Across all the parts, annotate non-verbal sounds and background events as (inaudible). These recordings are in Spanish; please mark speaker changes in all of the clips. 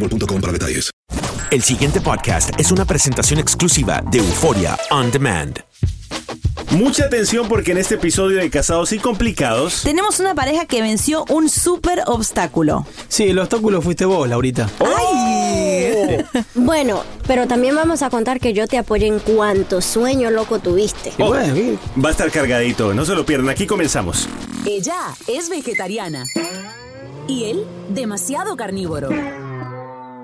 Speaker 1: para detalles.
Speaker 2: El siguiente podcast es una presentación exclusiva de Euforia On Demand.
Speaker 3: Mucha atención porque en este episodio de Casados y Complicados.
Speaker 4: Tenemos una pareja que venció un super obstáculo.
Speaker 5: Sí, el obstáculo fuiste vos, Laurita.
Speaker 4: ¡Ay!
Speaker 6: bueno, pero también vamos a contar que yo te apoyé en cuanto sueño loco tuviste.
Speaker 3: Oh, va a estar cargadito, no se lo pierdan. Aquí comenzamos.
Speaker 7: Ella es vegetariana y él demasiado carnívoro.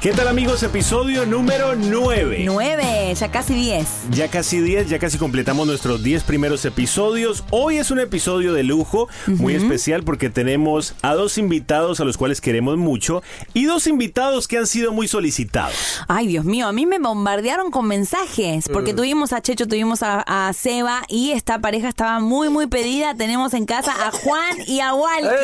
Speaker 3: ¿Qué tal amigos? Episodio número 9.
Speaker 4: 9, ya casi 10.
Speaker 3: Ya casi 10, ya casi completamos nuestros 10 primeros episodios. Hoy es un episodio de lujo, muy especial porque tenemos a dos invitados a los cuales queremos mucho y dos invitados que han sido muy solicitados.
Speaker 4: Ay, Dios mío, a mí me bombardearon con mensajes, porque tuvimos a Checho, tuvimos a, a Seba y esta pareja estaba muy, muy pedida. Tenemos en casa a Juan y a Walter.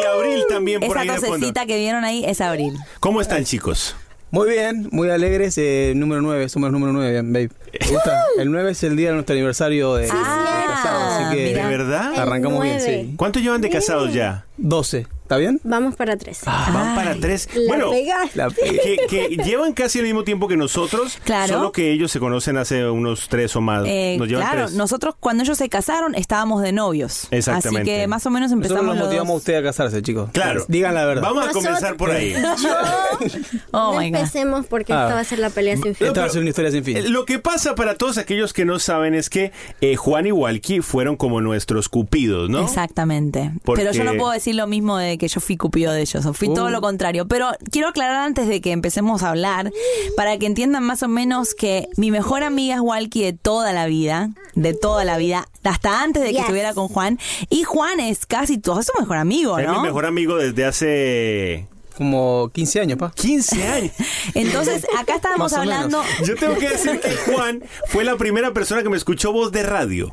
Speaker 3: Y Abril también por
Speaker 4: Esa
Speaker 3: ahí de fondo.
Speaker 4: tosecita que vieron ahí es Abril.
Speaker 3: ¿Cómo están chicos?
Speaker 5: Muy bien, muy alegres. eh, número 9, somos número 9, babe. ¿Te gusta? El 9 es el día de nuestro aniversario de,
Speaker 4: Ah,
Speaker 5: de casados, así que
Speaker 3: ¿De verdad?
Speaker 5: arrancamos bien,
Speaker 6: nueve.
Speaker 5: sí.
Speaker 3: ¿Cuánto llevan de casados ya?
Speaker 5: 12, ¿está bien?
Speaker 6: Vamos para tres.
Speaker 3: Van para tres.
Speaker 6: La
Speaker 3: Ah. bueno,
Speaker 6: pegaste.
Speaker 5: La
Speaker 3: Eh, que,
Speaker 4: (laughs)
Speaker 3: que llevan casi el mismo tiempo que nosotros,
Speaker 4: Claro.
Speaker 3: solo que ellos se conocen hace unos tres o más.
Speaker 4: Eh,
Speaker 3: Nos llevan
Speaker 4: claro,
Speaker 3: tres.
Speaker 4: nosotros cuando ellos se casaron estábamos de novios.
Speaker 3: Exactamente.
Speaker 4: Así que más o menos
Speaker 5: Nosotros los
Speaker 4: empezamos los
Speaker 5: motivamos a
Speaker 4: dos.
Speaker 5: ustedes a casarse, chicos.
Speaker 3: Claro.
Speaker 5: Pues, Digan la verdad.
Speaker 3: Vamos a
Speaker 6: Nosotros-
Speaker 3: comenzar por ahí.
Speaker 5: (laughs)
Speaker 4: (laughs) Oh
Speaker 6: no
Speaker 4: my God.
Speaker 6: empecemos porque
Speaker 5: Ah.
Speaker 6: esta va a ser la pelea sin fin.
Speaker 5: Esta va a ser una historia sin fin.
Speaker 3: Eh, Lo que pasa para todos aquellos que no saben es que eh, Juan y Walkie fueron como nuestros cupidos, ¿no?
Speaker 4: Exactamente.
Speaker 3: Porque- Uh.
Speaker 4: Pero yo no puedo decir lo mismo de que yo fui cupido de ellos, o fui todo lo contrario. Pero quiero aclarar antes de que empecemos a hablar, para que entiendan más o menos que mi mejor amiga es Walkie de toda la vida, de toda la vida, hasta antes de que
Speaker 6: Yes.
Speaker 4: estuviera con Juan. Y Juan es casi todo su mejor amigo,
Speaker 3: Es
Speaker 4: ¿no?
Speaker 3: mi mejor amigo desde hace
Speaker 5: Como 15 años, pa. (laughs)
Speaker 3: 15 años.
Speaker 4: Entonces,
Speaker 3: (laughs)
Speaker 4: acá estábamos
Speaker 5: Más o
Speaker 4: hablando...
Speaker 3: Yo tengo que decir que Juan fue la primera persona que me escuchó voz de radio.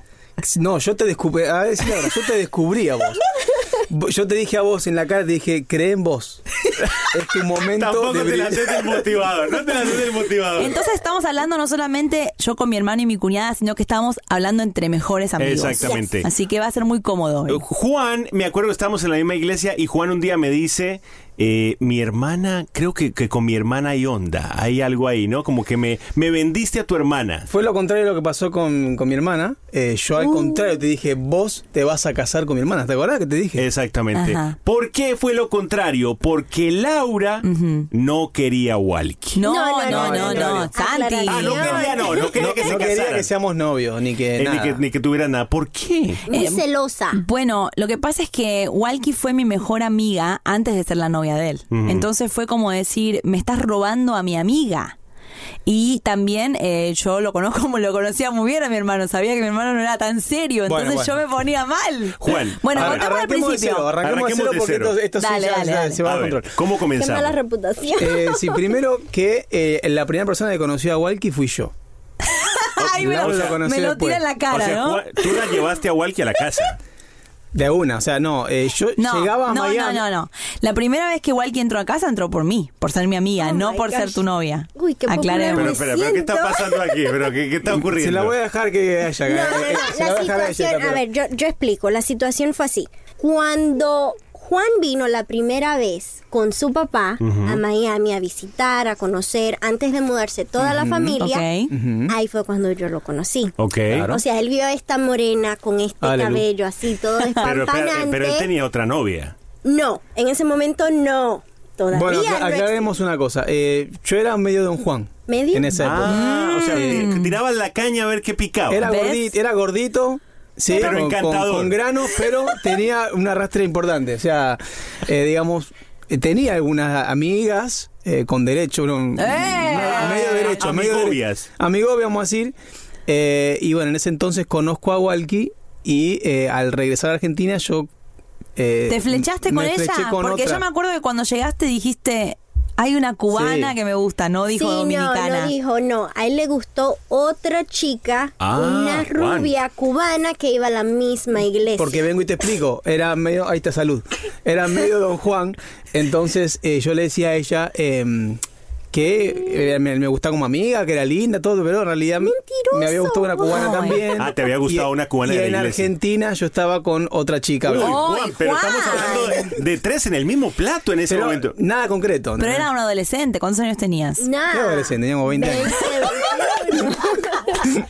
Speaker 5: No, yo te descubrí. A ver, sí, la verdad, yo te descubrí
Speaker 8: (laughs)
Speaker 5: a vos. Vo- Yo te dije a vos en la cara, te dije, cree
Speaker 8: (laughs)
Speaker 5: en vos. Es tu momento
Speaker 3: Tampoco
Speaker 5: de
Speaker 3: te la
Speaker 5: brillar.
Speaker 3: haces del motivador, no te la haces del motivador.
Speaker 4: Entonces estamos hablando no solamente yo con mi hermano y mi cuñada, sino que estamos hablando entre mejores amigos.
Speaker 3: Exactamente. Eh,
Speaker 4: Así que va a ser muy cómodo. hoy.
Speaker 3: Juan, me acuerdo que estábamos en la misma iglesia y Juan un día me dice, eh, mi hermana, creo que, que con mi hermana hay onda, hay algo ahí, ¿no? Como que me, me vendiste a tu hermana.
Speaker 5: Fue lo contrario de lo que pasó con, con mi hermana. Eh, yo
Speaker 4: Uh.
Speaker 5: al contrario te dije, vos te vas a casar con mi hermana. ¿Te acordás que te dije?
Speaker 3: Exactamente. ¿Por qué fue lo contrario? Porque Laura no quería a Walkie.
Speaker 4: No, no, no, no, no, Santi.
Speaker 3: Ah, no quería, no, no quería que se casaran.
Speaker 5: seamos novios, ni que,
Speaker 3: Eh, ni,
Speaker 5: nada.
Speaker 3: que ni que tuviera nada. ¿Por qué?
Speaker 4: Eh,
Speaker 5: Ah.
Speaker 4: Bueno, lo que pasa es que Walkie fue mi mejor amiga antes de ser la novia de él.
Speaker 3: Ujú.
Speaker 4: Entonces fue como decir, me estás robando a mi amiga. Y también eh, yo lo conozco (laughs) como lo conocía muy bien a mi hermano. Sabía que mi hermano no era tan serio.
Speaker 5: Bueno,
Speaker 4: Entonces yo
Speaker 5: bueno.
Speaker 4: me ponía mal.
Speaker 3: Juan.
Speaker 4: (laughs) Bueno,
Speaker 3: a ver,
Speaker 4: contamos al
Speaker 5: arranquemos de
Speaker 4: principio.
Speaker 5: cero, arranquemos de cero porque esto- esto sí
Speaker 4: Dale,
Speaker 5: ya-
Speaker 4: dale,
Speaker 5: ya
Speaker 4: dale.
Speaker 5: se va
Speaker 3: A
Speaker 5: a
Speaker 3: ver,
Speaker 5: control.
Speaker 3: ¿Cómo comenzamos?
Speaker 6: reputación.
Speaker 5: Eh, sí, primero que eh, la primera persona que conoció a Walkie fui yo.
Speaker 4: (laughs) Ay, me lo,
Speaker 5: Laura lo
Speaker 4: me lo
Speaker 5: conocí después.
Speaker 4: tira en la cara,
Speaker 3: o sea,
Speaker 4: ¿no?
Speaker 3: Juan- tú la llevaste a Walkie a la
Speaker 4: (laughs)
Speaker 3: casa.
Speaker 5: De una, o sea, no, eh, yo
Speaker 4: No,
Speaker 5: llegaba a
Speaker 4: no, no,
Speaker 5: Miami.
Speaker 4: no, no. La primera vez que Walkie entró a casa entró por mí, por ser mi amiga, no por ser tu novia.
Speaker 6: Oh Uy, qué
Speaker 4: Aclaremos.
Speaker 3: Pero, espera, pero ¿qué está pasando aquí? ¿Pero qué, qué está
Speaker 5: Se
Speaker 3: ocurriendo?
Speaker 5: la voy a dejar que haya.
Speaker 6: No,
Speaker 3: Eh,
Speaker 6: no, no,
Speaker 5: se la
Speaker 6: La
Speaker 5: voy a dejar a ella.
Speaker 6: situación, a
Speaker 5: pero-
Speaker 6: ver, yo, yo explico. La situación fue así. Cuando Juan vino la primera vez con su papá a Miami a visitar, a conocer, antes de mudarse toda la familia,
Speaker 4: ok.
Speaker 6: ahí fue cuando yo lo conocí.
Speaker 3: Ok.
Speaker 6: O sea, él vio a esta morena con este
Speaker 3: Oh, Ah, Aleluya.
Speaker 6: cabello así,
Speaker 3: (laughs)
Speaker 6: todo
Speaker 3: pero, espera, eh,
Speaker 6: espampanante.
Speaker 3: pero él tenía otra novia.
Speaker 6: No, en ese momento no. Todavía
Speaker 5: Bueno, acla-
Speaker 6: no
Speaker 5: aclaremos una cosa. eh, yo era medio Don Juan.
Speaker 6: ¿Medio?
Speaker 5: En esa época. eh,
Speaker 3: Ah, o sea,
Speaker 5: Mm.
Speaker 3: te- tiraba la caña a ver qué picaba.
Speaker 5: Era
Speaker 4: ¿Ves?
Speaker 5: gordito, era gordito. Sí, con,
Speaker 3: Pero
Speaker 5: con,
Speaker 3: encantador.
Speaker 5: con granos,
Speaker 4: (laughs)
Speaker 5: pero tenía un arrastre importante. O sea, eh, digamos, eh, tenía algunas amigas eh, con derecho, un-
Speaker 4: ¡Eh!
Speaker 5: medio derecho, medio
Speaker 3: Amigobias.
Speaker 5: derecho. Amigo, vamos a decir. Eh, y bueno, en ese entonces conozco a Walkie y eh, al regresar a Argentina yo... eh,
Speaker 4: ¿Te flechaste con
Speaker 5: me
Speaker 4: ella?
Speaker 5: fleché con
Speaker 4: Porque
Speaker 5: otra.
Speaker 4: yo me acuerdo que cuando llegaste dijiste, hay una cubana
Speaker 5: Sí.
Speaker 4: que me gusta, no dijo
Speaker 6: sí, No,
Speaker 4: dominicana.
Speaker 6: no dijo, no. A él le gustó otra chica,
Speaker 3: Ah,
Speaker 6: una
Speaker 3: Juan.
Speaker 6: rubia cubana que iba a la misma iglesia.
Speaker 5: Porque vengo y te explico, era medio, ahí está salud, era medio don Juan, entonces eh, yo le decía a ella em, que eh, me, me gustaba como amiga, que era linda, todo, pero en realidad me- me había gustado una cubana
Speaker 4: Ay.
Speaker 5: también.
Speaker 3: Ah, te había gustado
Speaker 5: Y-
Speaker 3: una cubana
Speaker 5: y
Speaker 3: de la
Speaker 5: en
Speaker 3: iglesia.
Speaker 5: Argentina yo estaba con otra chica.
Speaker 3: Uy,
Speaker 5: ¿verdad?
Speaker 4: ¡Ay,
Speaker 3: Juan, pero
Speaker 4: Juan!
Speaker 3: estamos hablando de, de tres en el mismo plato en ese
Speaker 5: pero
Speaker 3: momento.
Speaker 5: nada concreto.
Speaker 4: Pero
Speaker 5: ¿no?
Speaker 4: era un adolescente, ¿cuántos años tenías?
Speaker 6: Nada.
Speaker 5: Era adolescente, teníamos 20 años.
Speaker 3: Eh,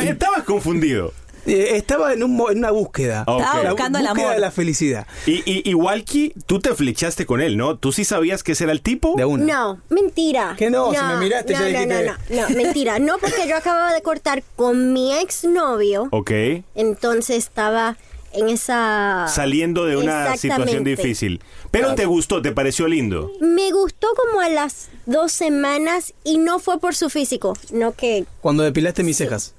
Speaker 3: (laughs) Estabas confundido.
Speaker 5: Eh, estaba en, un, mo- en una búsqueda.
Speaker 3: Ok. Estaba
Speaker 5: La bu-
Speaker 4: buscando el
Speaker 5: búsqueda
Speaker 4: amor.
Speaker 5: de la felicidad.
Speaker 3: Y, y, y Walkie, tú te flechaste con él, ¿no? Tú sí sabías que ese era el tipo.
Speaker 5: De una.
Speaker 6: (laughs) No, mentira.
Speaker 5: Que no, si me miraste,
Speaker 6: no,
Speaker 5: ya
Speaker 6: no, no,
Speaker 5: dijiste-
Speaker 6: no, no, mentira. No, porque yo acababa de cortar con mi exnovio,
Speaker 3: Ok.
Speaker 6: entonces estaba en esa...
Speaker 3: Saliendo de una
Speaker 6: Ah. Exactamente.
Speaker 3: situación difícil. Pero te gustó, te pareció lindo.
Speaker 6: Me gustó como a las dos semanas y no fue por su físico, no que...
Speaker 5: Cuando depilaste mis cejas.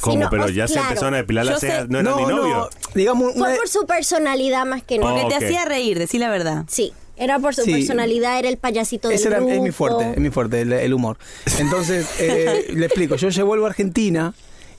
Speaker 3: ¿Cómo?
Speaker 6: no,
Speaker 3: pero
Speaker 6: o-
Speaker 3: ya se
Speaker 6: claro.
Speaker 3: empezaron a depilar las
Speaker 4: Yo sé-
Speaker 3: cejas. No era ni novio.
Speaker 5: digamos una
Speaker 6: Fue
Speaker 5: de-
Speaker 6: por su personalidad más que no.
Speaker 4: Porque
Speaker 3: Ok.
Speaker 4: te hacía reír, decí la verdad.
Speaker 6: Sí, era por su
Speaker 5: Sí.
Speaker 6: personalidad, era el payasito del
Speaker 5: Ese era- es mi
Speaker 6: grupo.
Speaker 5: fuerte, es mi fuerte, el, el humor. Entonces, eh, le explico, yo llevo vuelvo a Argentina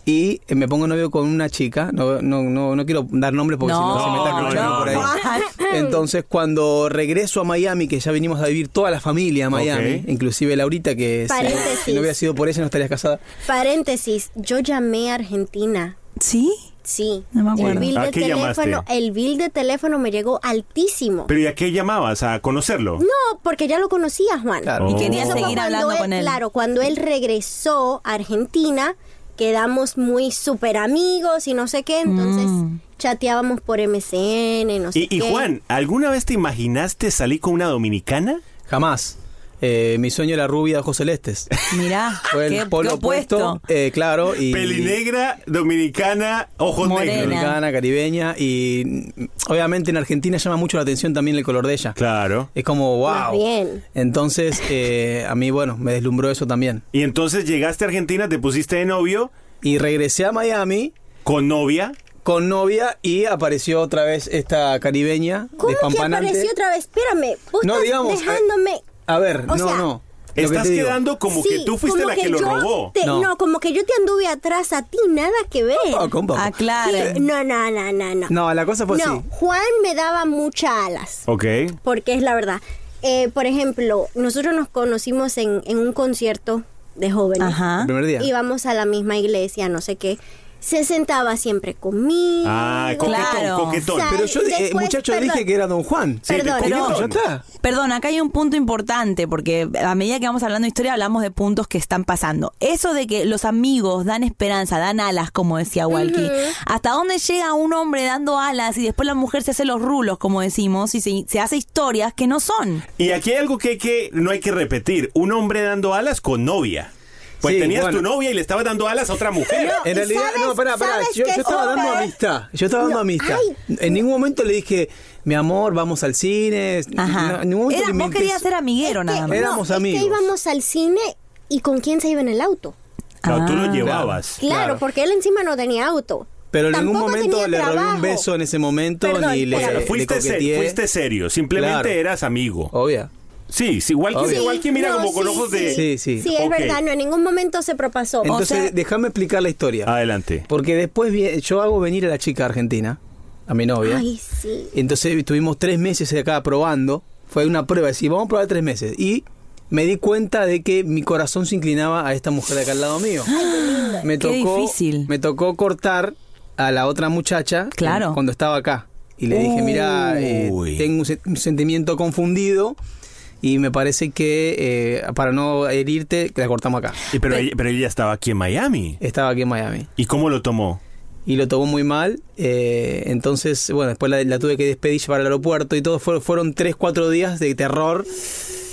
Speaker 5: y eh, me pongo novio con una chica, no, no, no, no quiero dar nombres porque si no se me está
Speaker 3: no,
Speaker 5: escuchando
Speaker 3: no,
Speaker 5: por ahí.
Speaker 4: Juan.
Speaker 5: Entonces, cuando regreso a Miami, que ya venimos a vivir toda la familia a Miami,
Speaker 3: Ok.
Speaker 5: inclusive Laurita, que si-
Speaker 6: Paréntesis.
Speaker 5: si no hubiera sido por ella no estarías casada.
Speaker 6: Paréntesis, yo llamé a Argentina.
Speaker 4: (laughs) ¿Sí?
Speaker 6: Sí.
Speaker 4: No me acuerdo.
Speaker 6: El bill
Speaker 3: ¿A
Speaker 6: de
Speaker 3: qué
Speaker 6: teléfono,
Speaker 3: llamaste?
Speaker 6: el bill de teléfono me llegó altísimo.
Speaker 3: Pero ¿y a qué llamabas? ¿A conocerlo?
Speaker 6: no, porque ya lo conocía, Juan.
Speaker 5: Claro.
Speaker 4: Y
Speaker 3: Oh.
Speaker 4: quería
Speaker 6: Eso fue
Speaker 4: seguir
Speaker 6: cuando
Speaker 4: hablando con él.
Speaker 6: Claro, cuando él regresó a Argentina, quedamos muy súper amigos y no sé qué, entonces
Speaker 4: Mm.
Speaker 6: chateábamos por MSN, no sé
Speaker 3: Y, y
Speaker 6: qué.
Speaker 3: Juan, ¿alguna vez te imaginaste salir con una dominicana?
Speaker 5: Jamás. Eh, mi sueño era rubia de ojos celestes.
Speaker 4: Mirá,
Speaker 5: Fue el
Speaker 4: qué,
Speaker 5: polo
Speaker 4: qué
Speaker 5: opuesto,
Speaker 4: opuesto.
Speaker 5: eh, claro. Y
Speaker 3: Pelinegra, dominicana, ojos
Speaker 4: Morena.
Speaker 3: negros.
Speaker 5: Dominicana, caribeña y mm, obviamente en Argentina llama mucho la atención también el color de ella.
Speaker 3: Claro.
Speaker 5: Es como, wow.
Speaker 6: Más bien.
Speaker 5: Entonces, eh, a mí, bueno, me deslumbró eso también.
Speaker 3: Y entonces llegaste a Argentina, te pusiste de novio,
Speaker 5: Y regresé a Miami
Speaker 3: con novia.
Speaker 5: con novia y apareció otra vez esta caribeña
Speaker 6: ¿Cómo que
Speaker 5: despampanante.
Speaker 6: apareció otra vez? Espérame, vos
Speaker 5: No,
Speaker 6: estás
Speaker 5: digamos, eh,
Speaker 6: dejándome...
Speaker 5: A ver,
Speaker 6: O
Speaker 5: no,
Speaker 6: sea,
Speaker 5: no. Lo que
Speaker 3: Estás
Speaker 5: te digo.
Speaker 3: quedando como
Speaker 6: Sí,
Speaker 3: que tú fuiste
Speaker 6: como
Speaker 3: la que, lo
Speaker 6: yo
Speaker 3: robó.
Speaker 6: te-
Speaker 5: No.
Speaker 6: no. como que yo te anduve atrás a ti, nada que ver.
Speaker 5: Poco, un poco.
Speaker 4: Ah, claro.
Speaker 6: Sí, No, no, no, no, no.
Speaker 5: No, la cosa fue
Speaker 6: No,
Speaker 5: así.
Speaker 6: Juan me daba muchas alas,
Speaker 3: Ok.
Speaker 6: porque es la verdad. Eh, por ejemplo, nosotros nos conocimos en, en un concierto de jóvenes.
Speaker 4: Ajá.
Speaker 5: El primer día.
Speaker 6: Íbamos a la misma iglesia, no sé qué. se sentaba siempre conmigo.
Speaker 3: Ah, coquetón,
Speaker 4: Claro.
Speaker 3: coquetón.
Speaker 5: Pero yo, eh,
Speaker 6: después,
Speaker 5: muchacho,
Speaker 6: perdón.
Speaker 5: dije que era Don Juan.
Speaker 4: Perdón,
Speaker 5: Pero ya está.
Speaker 4: perdón, acá hay un punto importante, porque a medida que vamos hablando de historia, hablamos de puntos que están pasando. Eso de que los amigos dan esperanza, dan alas, como decía Walkie.
Speaker 9: Ujú.
Speaker 4: ¿Hasta dónde llega un hombre dando alas y después la mujer se hace los rulos, como decimos, y se, se hace historias que no son?
Speaker 3: Y aquí hay algo que, hay que no hay que repetir. Un hombre dando alas con novia. Pues
Speaker 5: Sí,
Speaker 3: tenías
Speaker 5: bueno.
Speaker 3: tu novia y le estabas dando alas a otra mujer.
Speaker 5: En realidad, no, pará, pará. Yo, yo estaba dando amistad. Yo estaba dando amistad. En ningún momento le dije, mi amor, vamos al cine. No, en ningún momento le
Speaker 4: Era- vos
Speaker 5: inventé
Speaker 4: querías
Speaker 5: eso.
Speaker 4: ser amiguero nada más.
Speaker 5: Éramos
Speaker 6: no,
Speaker 5: amigos.
Speaker 6: Es que íbamos al cine y con quién se iba en el auto.
Speaker 3: Claro, tú lo
Speaker 5: Ah.
Speaker 3: llevabas.
Speaker 6: Claro, porque él encima no tenía auto.
Speaker 5: Pero en ningún
Speaker 6: Tampoco
Speaker 5: momento
Speaker 6: tenía
Speaker 5: le robé
Speaker 6: trabajo.
Speaker 5: un beso en ese momento,
Speaker 6: Perdón,
Speaker 5: ni le,
Speaker 3: O sea,
Speaker 5: le
Speaker 3: fuiste, ser-
Speaker 5: coqueteé.
Speaker 3: fuiste serio, simplemente
Speaker 5: Claro. Oh.
Speaker 3: eras amigo.
Speaker 5: Obvio.
Speaker 3: Sí, sí, igual que,
Speaker 5: Obvio.
Speaker 3: igual que mira
Speaker 6: No,
Speaker 3: como con
Speaker 6: sí,
Speaker 3: ojos de...
Speaker 5: sí. Sí,
Speaker 6: Sí, es
Speaker 5: Ok.
Speaker 6: verdad, no, en ningún momento se propasó.
Speaker 5: Entonces,
Speaker 6: o sea,
Speaker 5: déjame explicar la historia.
Speaker 3: Adelante.
Speaker 5: Porque después vi- yo hago venir a la chica argentina, a mi novia.
Speaker 6: ay, sí.
Speaker 5: Entonces estuvimos tres meses acá probando. Fue una prueba, decir, vamos a probar tres meses. Y me di cuenta de que mi corazón se inclinaba a esta mujer de acá al lado mío. Me
Speaker 4: Ah, Qué
Speaker 5: tocó,
Speaker 4: difícil.
Speaker 5: Me tocó cortar a la otra muchacha
Speaker 4: Claro.
Speaker 5: cu- cuando estaba acá. Y le dije, mira, eh, tengo un, se- un sentimiento confundido y me parece que eh, para no herirte, la cortamos acá.
Speaker 3: Y pero, ella, pero ella estaba aquí en Miami.
Speaker 5: Estaba aquí en Miami.
Speaker 3: ¿Y cómo lo tomó?
Speaker 5: y lo tomó muy mal. eh, entonces, bueno, después la, la tuve que despedir para el aeropuerto y todo. Fue- fueron 3, 4 días de terror.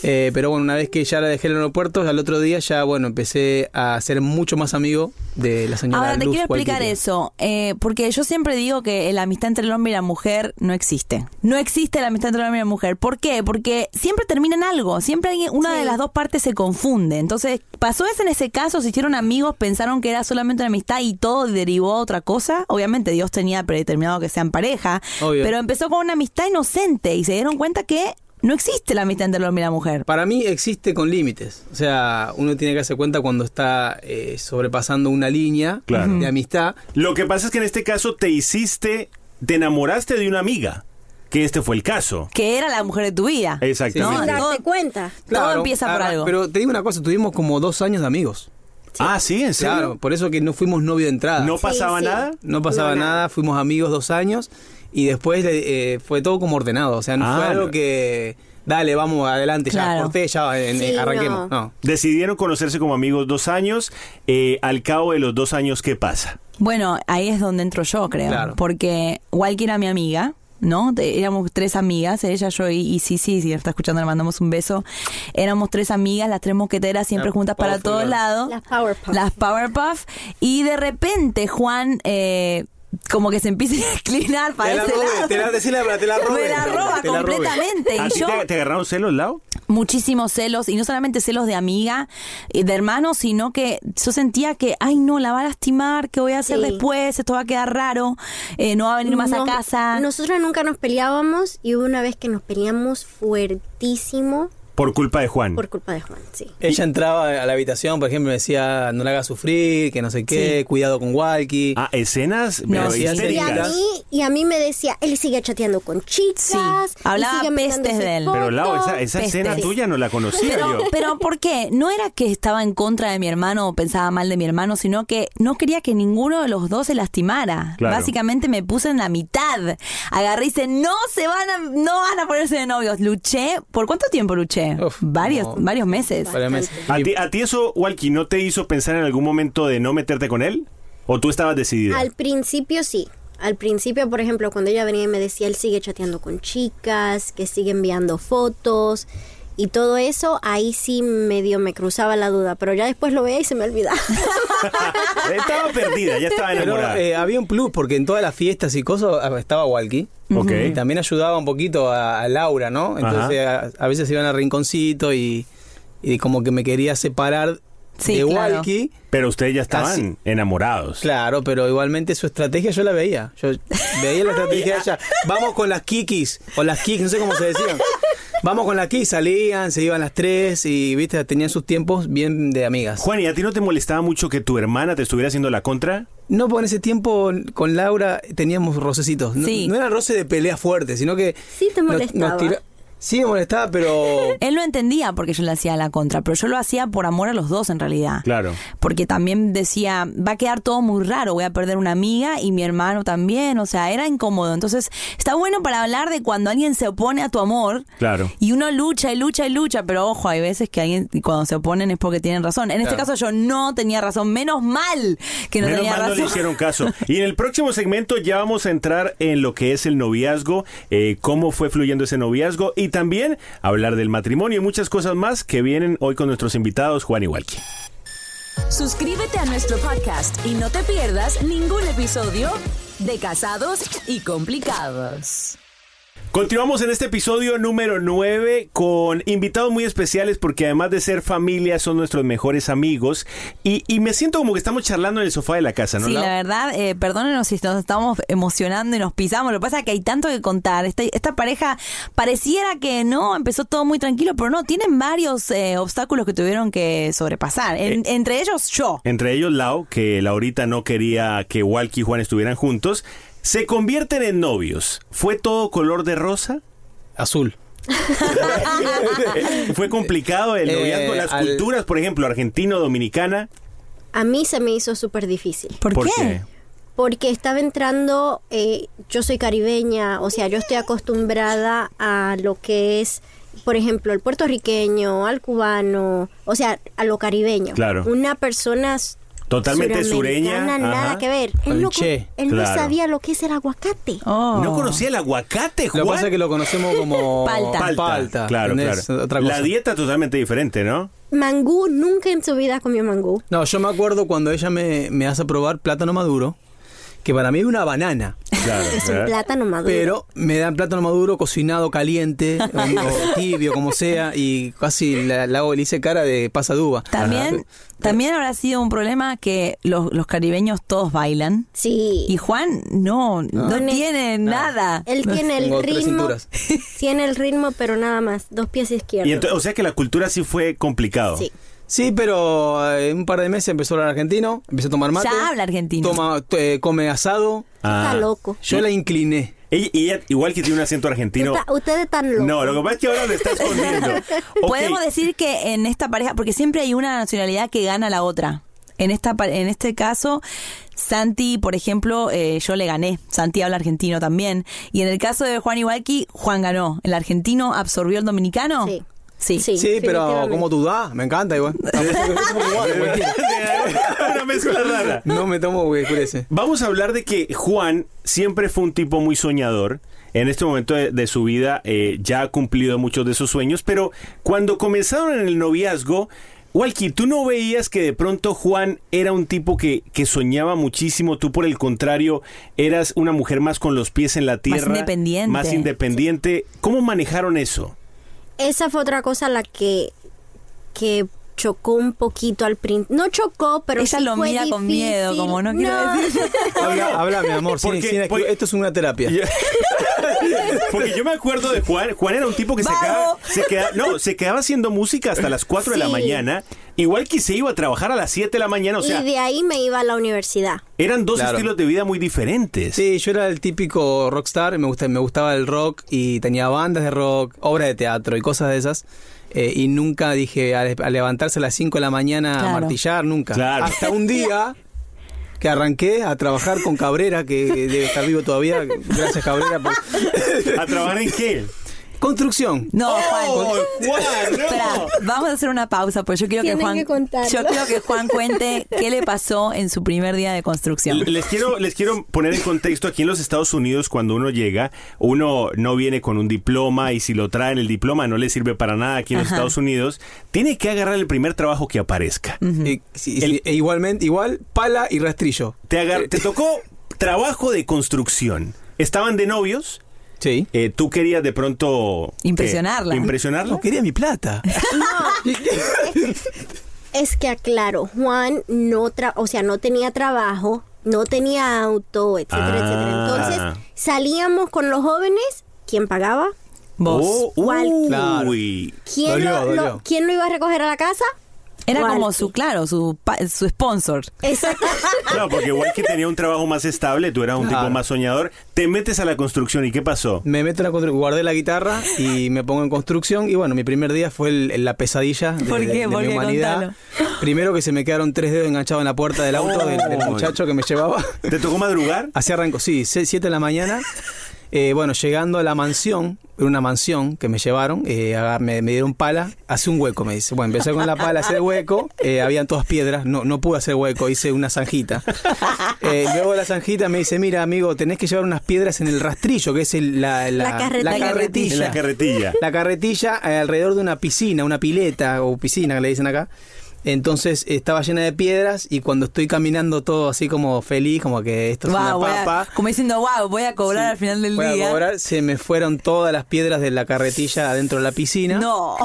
Speaker 5: eh, pero bueno, una vez que ya la dejé en el aeropuerto, al otro día ya, bueno, empecé a ser mucho más amigo de la señora.
Speaker 4: Ahora te
Speaker 5: Luz
Speaker 4: quiero explicar
Speaker 5: Gualtieri.
Speaker 4: eso, eh, porque yo siempre digo que la amistad entre el hombre y la mujer no existe. No existe la amistad entre el hombre y la mujer. ¿Por qué? Porque siempre termina en algo, siempre alguien- una de las dos partes se confunde. Entonces, ¿pasó eso en ese caso? ¿Se hicieron amigos, pensaron que era solamente una amistad y todo derivó a otra cosa? Obviamente Dios tenía predeterminado que sean pareja,
Speaker 5: Obvio.
Speaker 4: pero empezó con una amistad inocente y se dieron cuenta que no existe la amistad entre el hombre y la mujer.
Speaker 5: Para mí existe con límites. O sea, uno tiene que darse cuenta cuando está eh, sobrepasando una línea
Speaker 3: Claro.
Speaker 5: de amistad.
Speaker 3: Lo que pasa es que en este caso te hiciste, te enamoraste de una amiga, que este fue el caso.
Speaker 4: Que era la mujer de tu vida.
Speaker 3: Exactamente.
Speaker 4: No,
Speaker 3: Sin
Speaker 4: todo-
Speaker 6: cuenta.
Speaker 4: todo empieza por
Speaker 5: Ah,
Speaker 4: algo.
Speaker 5: Pero te digo una cosa, tuvimos como dos años de amigos.
Speaker 3: Ah, sí, en serio.
Speaker 5: Claro, por eso que no fuimos novio de entrada.
Speaker 3: ¿No Sí, pasaba sí. nada?
Speaker 5: No pasaba
Speaker 3: No,
Speaker 5: nada. fuimos amigos dos años y después eh, fue todo como ordenado. O sea, no
Speaker 3: Ah,
Speaker 5: fue algo
Speaker 3: no.
Speaker 5: que, dale, vamos adelante,
Speaker 3: Claro.
Speaker 5: ya corté, ya eh,
Speaker 3: Sí,
Speaker 5: arranquemos. No.
Speaker 3: Decidieron conocerse como amigos dos años. eh, al cabo de los dos años, ¿qué pasa?
Speaker 4: Bueno, ahí es donde entro yo, creo.
Speaker 3: Claro.
Speaker 4: Porque Walkie era mi amiga, ¿no? Te- Éramos tres amigas, ella, yo y, y Sisi, si está escuchando le mandamos un beso. Éramos tres amigas, las tres mosqueteras, siempre
Speaker 6: Las
Speaker 4: juntas para
Speaker 6: Powerpuff
Speaker 4: todos
Speaker 6: Girls.
Speaker 4: lados.
Speaker 6: Las Powerpuff.
Speaker 4: Las Powerpuff. Y de repente Juan... eh, como que se empieza a (laughs) inclinar para
Speaker 5: Te la
Speaker 4: ese
Speaker 5: robé,
Speaker 4: lado.
Speaker 5: te la- decí la verdad, te la robé.
Speaker 4: (laughs) Me la roba
Speaker 5: Te la robé.
Speaker 4: completamente.
Speaker 3: ¿A
Speaker 4: y
Speaker 3: ti
Speaker 4: yo
Speaker 3: te, te agarraron celos, Lau?
Speaker 4: muchísimos celos y no solamente celos de amiga, eh, de hermano, sino que yo sentía que, ay no, la va a lastimar, ¿qué voy a hacer
Speaker 6: Sí.
Speaker 4: después? Esto va a quedar raro, eh, no va a venir más a
Speaker 6: Nos-
Speaker 4: casa.
Speaker 6: Nosotros nunca nos peleábamos y hubo una vez que nos peleamos fuertísimo
Speaker 3: Por culpa de Juan.
Speaker 6: por culpa de Juan, sí.
Speaker 5: Ella entraba a la habitación, por ejemplo, y me decía, no la hagas sufrir, que no sé qué, cuidado con Walkie.
Speaker 3: Ah, escenas
Speaker 6: pero Y
Speaker 3: histéricas.
Speaker 6: a mí, y a mí me decía, él sigue chateando con chicas. y
Speaker 4: Hablaba
Speaker 6: sigue
Speaker 4: pestes
Speaker 6: mandándose
Speaker 4: de él.
Speaker 3: Pero Lau, esa, esa
Speaker 4: Pestes.
Speaker 3: escena tuya no la conocía
Speaker 4: pero,
Speaker 3: yo.
Speaker 4: pero ¿por qué? No era que estaba en contra de mi hermano o pensaba mal de mi hermano, sino que no quería que ninguno de los dos se lastimara.
Speaker 9: Claro.
Speaker 4: Básicamente me puse en la mitad. Agarré y dice, no se van a, no van a ponerse de novios. Luché, ¿por cuánto tiempo luché? varios,
Speaker 3: no.
Speaker 4: varios meses.
Speaker 3: ¿A ti, a ti eso, Walkie, no te hizo pensar en algún momento de no meterte con él? ¿O tú estabas decidida?
Speaker 6: Al principio sí. Al principio, por ejemplo, cuando ella venía y me decía, él sigue chateando con chicas, que sigue enviando fotos y todo eso, ahí sí medio me cruzaba la duda, pero ya después lo veía y se me olvidaba. (laughs)
Speaker 3: (laughs) Estaba perdida, ya estaba
Speaker 5: Pero
Speaker 3: enamorada.
Speaker 5: eh, había un plus porque en todas las fiestas y cosas ah, estaba Walkie.
Speaker 3: Ok.
Speaker 5: Y también ayudaba un poquito a, a Laura, ¿no? Entonces a, a veces iban al rinconcito y, y como que me quería separar
Speaker 4: Sí,
Speaker 5: de
Speaker 4: claro.
Speaker 5: Walkie.
Speaker 3: Pero ustedes ya estaban
Speaker 5: Casi.
Speaker 3: enamorados.
Speaker 5: Ah, Claro, pero igualmente su estrategia yo la veía. Yo veía la estrategia de ella. Vamos con las kikis, o las kikis, no sé cómo se decían. Vamos con las kikis, salían, se iban las tres y, viste, tenían sus tiempos bien de amigas.
Speaker 3: Juan, ¿y a ti no te molestaba mucho que tu hermana te estuviera haciendo la contra?
Speaker 5: No, porque en ese tiempo con Laura teníamos rocecitos. No,
Speaker 4: Sí.
Speaker 5: no era roce de pelea fuerte, sino que.
Speaker 6: Sí, te
Speaker 5: nos-
Speaker 6: molestaba.
Speaker 5: nos tira- Sí, me molestaba, pero.
Speaker 4: Él no entendía por qué yo le hacía la contra, pero yo lo hacía por amor a los dos en realidad.
Speaker 3: Claro.
Speaker 4: Porque también decía, va a quedar todo muy raro, voy a perder una amiga y mi hermano también, o sea, era incómodo. Entonces, está bueno para hablar de cuando alguien se opone a tu amor
Speaker 3: Claro.
Speaker 4: y uno lucha y lucha y lucha, pero ojo, hay veces que alguien cuando se oponen es porque tienen razón. En este
Speaker 3: Claro.
Speaker 4: caso yo no tenía razón, menos mal que no
Speaker 3: Menos
Speaker 4: tenía
Speaker 3: mal no
Speaker 4: razón.
Speaker 3: le hicieron caso. Y en el próximo segmento ya vamos a entrar en lo que es el noviazgo, eh, cómo fue fluyendo ese noviazgo y también hablar del matrimonio y muchas cosas más que vienen hoy con nuestros invitados Juan y Walkie.
Speaker 7: Suscríbete a nuestro podcast y no te pierdas ningún episodio de Casados y Complicados.
Speaker 3: Continuamos en este episodio número 9 con invitados muy especiales porque además de ser familia son nuestros mejores amigos y, y me siento como que estamos charlando en el sofá de la casa, ¿no?
Speaker 4: Sí,
Speaker 3: Lau?
Speaker 4: la verdad, eh, perdónenos si nos estamos emocionando y nos pisamos. Lo que pasa es que hay tanto que contar. Esta, esta pareja pareciera que no, empezó todo muy tranquilo, pero no, tienen varios eh, obstáculos que tuvieron que sobrepasar. En-
Speaker 3: Eh.
Speaker 4: entre ellos, yo.
Speaker 3: entre ellos Lau, que Laurita no quería que Walkie y Juan estuvieran juntos, se convierten en novios. ¿Fue todo color de rosa?
Speaker 5: Azul.
Speaker 3: (laughs) Fue complicado el
Speaker 5: Eh,
Speaker 3: noviazgo, las
Speaker 5: al-
Speaker 3: culturas, por ejemplo, argentino, dominicana.
Speaker 6: A mí se me hizo súper difícil. Porque estaba entrando, eh, yo soy caribeña, o sea, yo estoy acostumbrada a lo que es, por ejemplo, el puertorriqueño, al cubano, o sea, a lo caribeño.
Speaker 3: Claro.
Speaker 6: Una persona s-
Speaker 3: Totalmente sureña,
Speaker 6: suramericana,
Speaker 3: ajá.
Speaker 6: Nada que ver. Él, no, co-
Speaker 3: Conche.
Speaker 6: él no
Speaker 3: Claro.
Speaker 6: sabía lo que es el aguacate.
Speaker 4: Oh.
Speaker 3: No conocía el aguacate, Juan.
Speaker 5: Lo que pasa es que lo conocemos como.
Speaker 6: Palta.
Speaker 3: Palta. Claro,
Speaker 5: ¿entendés?
Speaker 3: claro.
Speaker 5: Otra cosa.
Speaker 3: La dieta totalmente diferente, ¿no?
Speaker 6: Mangú, nunca en su vida comió mangú.
Speaker 5: No, yo me acuerdo cuando ella me, me hace probar plátano maduro, que para mí es una banana.
Speaker 3: Claro.
Speaker 6: (laughs) Es un plátano maduro.
Speaker 5: Pero me dan plátano maduro cocinado caliente, o- o tibio, como sea, y casi la, la hago, le hice cara de pasa de uva.
Speaker 4: También, también habrá sido un problema que los, los caribeños todos bailan.
Speaker 6: Sí.
Speaker 4: Y Juan no, no,
Speaker 6: Tiene-
Speaker 4: tiene nada.
Speaker 6: Él tiene el
Speaker 3: Tengo tres
Speaker 6: ritmo.
Speaker 3: cinturas.
Speaker 6: Tiene el ritmo, pero nada más. Dos pies izquierdos.
Speaker 3: Y entonces, o sea que la cultura sí fue complicado.
Speaker 6: Sí.
Speaker 5: Sí, pero eh, en un par de meses empezó a hablar argentino, empezó a tomar mate.
Speaker 4: Ya habla argentino.
Speaker 5: Toma, t- eh, come asado.
Speaker 3: Ah. Está loco.
Speaker 5: Yo la incliné.
Speaker 3: Ella, ella, igual que tiene un acento argentino.
Speaker 6: Está- Ustedes están locos.
Speaker 3: No, lo que pasa es que ahora le está
Speaker 6: (laughs)
Speaker 3: escondiendo.
Speaker 4: (laughs)
Speaker 3: Ok.
Speaker 4: Podemos decir que en esta pareja, porque siempre hay una nacionalidad que gana la otra. En esta pa- en este caso, Santi, por ejemplo, eh, yo le gané. Santi habla argentino también. Y en el caso de Juan Iwalki, Juan ganó. ¿El argentino absorbió el dominicano? Sí. Sí,
Speaker 5: Sí, pero como dudás, me encanta igual.
Speaker 3: (laughs) Una mezcla rara.
Speaker 5: No me tomo, güey,
Speaker 3: Vamos a hablar de que Juan siempre fue un tipo muy soñador. En este momento de, de su vida eh, ya ha cumplido muchos de sus sueños, pero cuando comenzaron en el noviazgo, Walkie, tú no veías que de pronto Juan era un tipo que, que soñaba muchísimo, tú por el contrario eras una mujer más con los pies en la tierra,
Speaker 4: independiente.
Speaker 3: más independiente. ¿Cómo manejaron eso?
Speaker 6: Esa fue otra cosa la que, que chocó un poquito al principio. No chocó, pero
Speaker 4: Ella
Speaker 6: sí
Speaker 4: lo
Speaker 6: fue
Speaker 4: mira con
Speaker 6: difícil.
Speaker 4: miedo, como no quiero decir.
Speaker 5: Habla, habla, mi amor. sin-
Speaker 3: Porque-
Speaker 5: sin exclu- esto es una terapia.
Speaker 3: (laughs) Porque yo me acuerdo de Juan. Juan era un tipo que se quedaba, se queda- no, se quedaba haciendo música hasta las 4 de la
Speaker 6: Sí.
Speaker 3: mañana. Igual que se iba a trabajar a las 7 de la mañana. O sea,
Speaker 6: y de ahí me iba a la universidad.
Speaker 3: eran dos
Speaker 5: Claro.
Speaker 3: estilos de vida muy diferentes.
Speaker 5: Sí, yo era el típico rockstar, me, gusta, me gustaba el rock y tenía bandas de rock, obras de teatro y cosas de esas. eh, y nunca dije a, a levantarse a las 5 de la mañana a
Speaker 3: Claro.
Speaker 5: martillar, nunca.
Speaker 3: Claro.
Speaker 5: Hasta un día que arranqué a trabajar con Cabrera, que debe estar vivo todavía. Gracias, Cabrera. por-
Speaker 3: ¿A trabajar en qué?
Speaker 5: Construcción.
Speaker 4: No, Juan.
Speaker 3: Juan, no.
Speaker 4: Espera, vamos a hacer una pausa, pues yo quiero que
Speaker 6: Tienen
Speaker 4: Juan.
Speaker 6: que contarlo.
Speaker 4: yo quiero que Juan cuente qué le pasó en su primer día de construcción.
Speaker 3: Les quiero, les quiero poner en contexto, aquí en los Estados Unidos cuando uno llega, uno no viene con un diploma y si lo traen el diploma no le sirve para nada aquí en los
Speaker 5: Ajá.
Speaker 3: Estados Unidos, tiene que agarrar el primer trabajo que aparezca.
Speaker 5: Y- sí, sí, e igualmente, igual, pala y rastrillo.
Speaker 3: Te, agar- te tocó trabajo de construcción. Estaban de novios. Eh,
Speaker 5: Sí.
Speaker 3: tú querías de pronto. ¿qué?
Speaker 6: Impresionarla.
Speaker 3: Impresionarla.
Speaker 5: No, quería mi plata.
Speaker 6: Es que aclaro, Juan no tra o sea, no tenía trabajo, no tenía auto,
Speaker 3: Ah.
Speaker 6: etcétera, etcétera. Entonces, salíamos con los jóvenes, ¿quién pagaba?
Speaker 3: Vos.
Speaker 6: Walkie.
Speaker 3: Oh, uy.
Speaker 6: ¿Quién, lo, lo- quién lo iba a recoger a la casa?
Speaker 4: Era como su, claro, su, pa- su sponsor.
Speaker 6: Exacto. (laughs)
Speaker 3: Claro, porque igual que tenía un trabajo más estable, tú eras un
Speaker 5: Claro.
Speaker 3: tipo más soñador, te metes a la construcción y ¿qué pasó?
Speaker 5: Me meto en la construcción, guardé la guitarra y me pongo en construcción. Y bueno, mi primer día fue el- la pesadilla de,
Speaker 4: ¿Por
Speaker 5: de-
Speaker 4: qué?
Speaker 5: de
Speaker 4: ¿Por
Speaker 5: mi
Speaker 4: qué?
Speaker 5: humanidad. Primero que se me quedaron tres dedos enganchados en la puerta del auto del, del muchacho que me llevaba.
Speaker 3: ¿Te tocó madrugar?
Speaker 5: Así arrancó, sí, 7 de la
Speaker 3: (laughs)
Speaker 5: mañana. Eh, bueno, llegando a la mansión, era una mansión que me llevaron, eh, aga- me, me dieron pala, hace un hueco, me dice. Bueno, empecé con la pala a hacer hueco, eh, habían todas piedras, no, no pude hacer hueco, hice una zanjita.
Speaker 3: (laughs)
Speaker 5: Eh, luego la zanjita me dice, mira amigo, tenés que llevar unas piedras en el rastrillo, que es el- la, la-
Speaker 3: La carretilla.
Speaker 5: la
Speaker 3: En la carretilla.
Speaker 5: La carretilla eh, alrededor de una piscina, una pileta o piscina que le dicen acá. Entonces estaba llena de piedras y cuando estoy caminando todo así como feliz, como que esto es
Speaker 4: Wow, voy
Speaker 5: una
Speaker 4: a-
Speaker 5: papa,
Speaker 4: como diciendo, wow, voy a cobrar al final del
Speaker 5: Voy a
Speaker 4: día.
Speaker 5: cobrar, se me fueron todas las piedras de la carretilla adentro de la piscina. (laughs)
Speaker 4: No.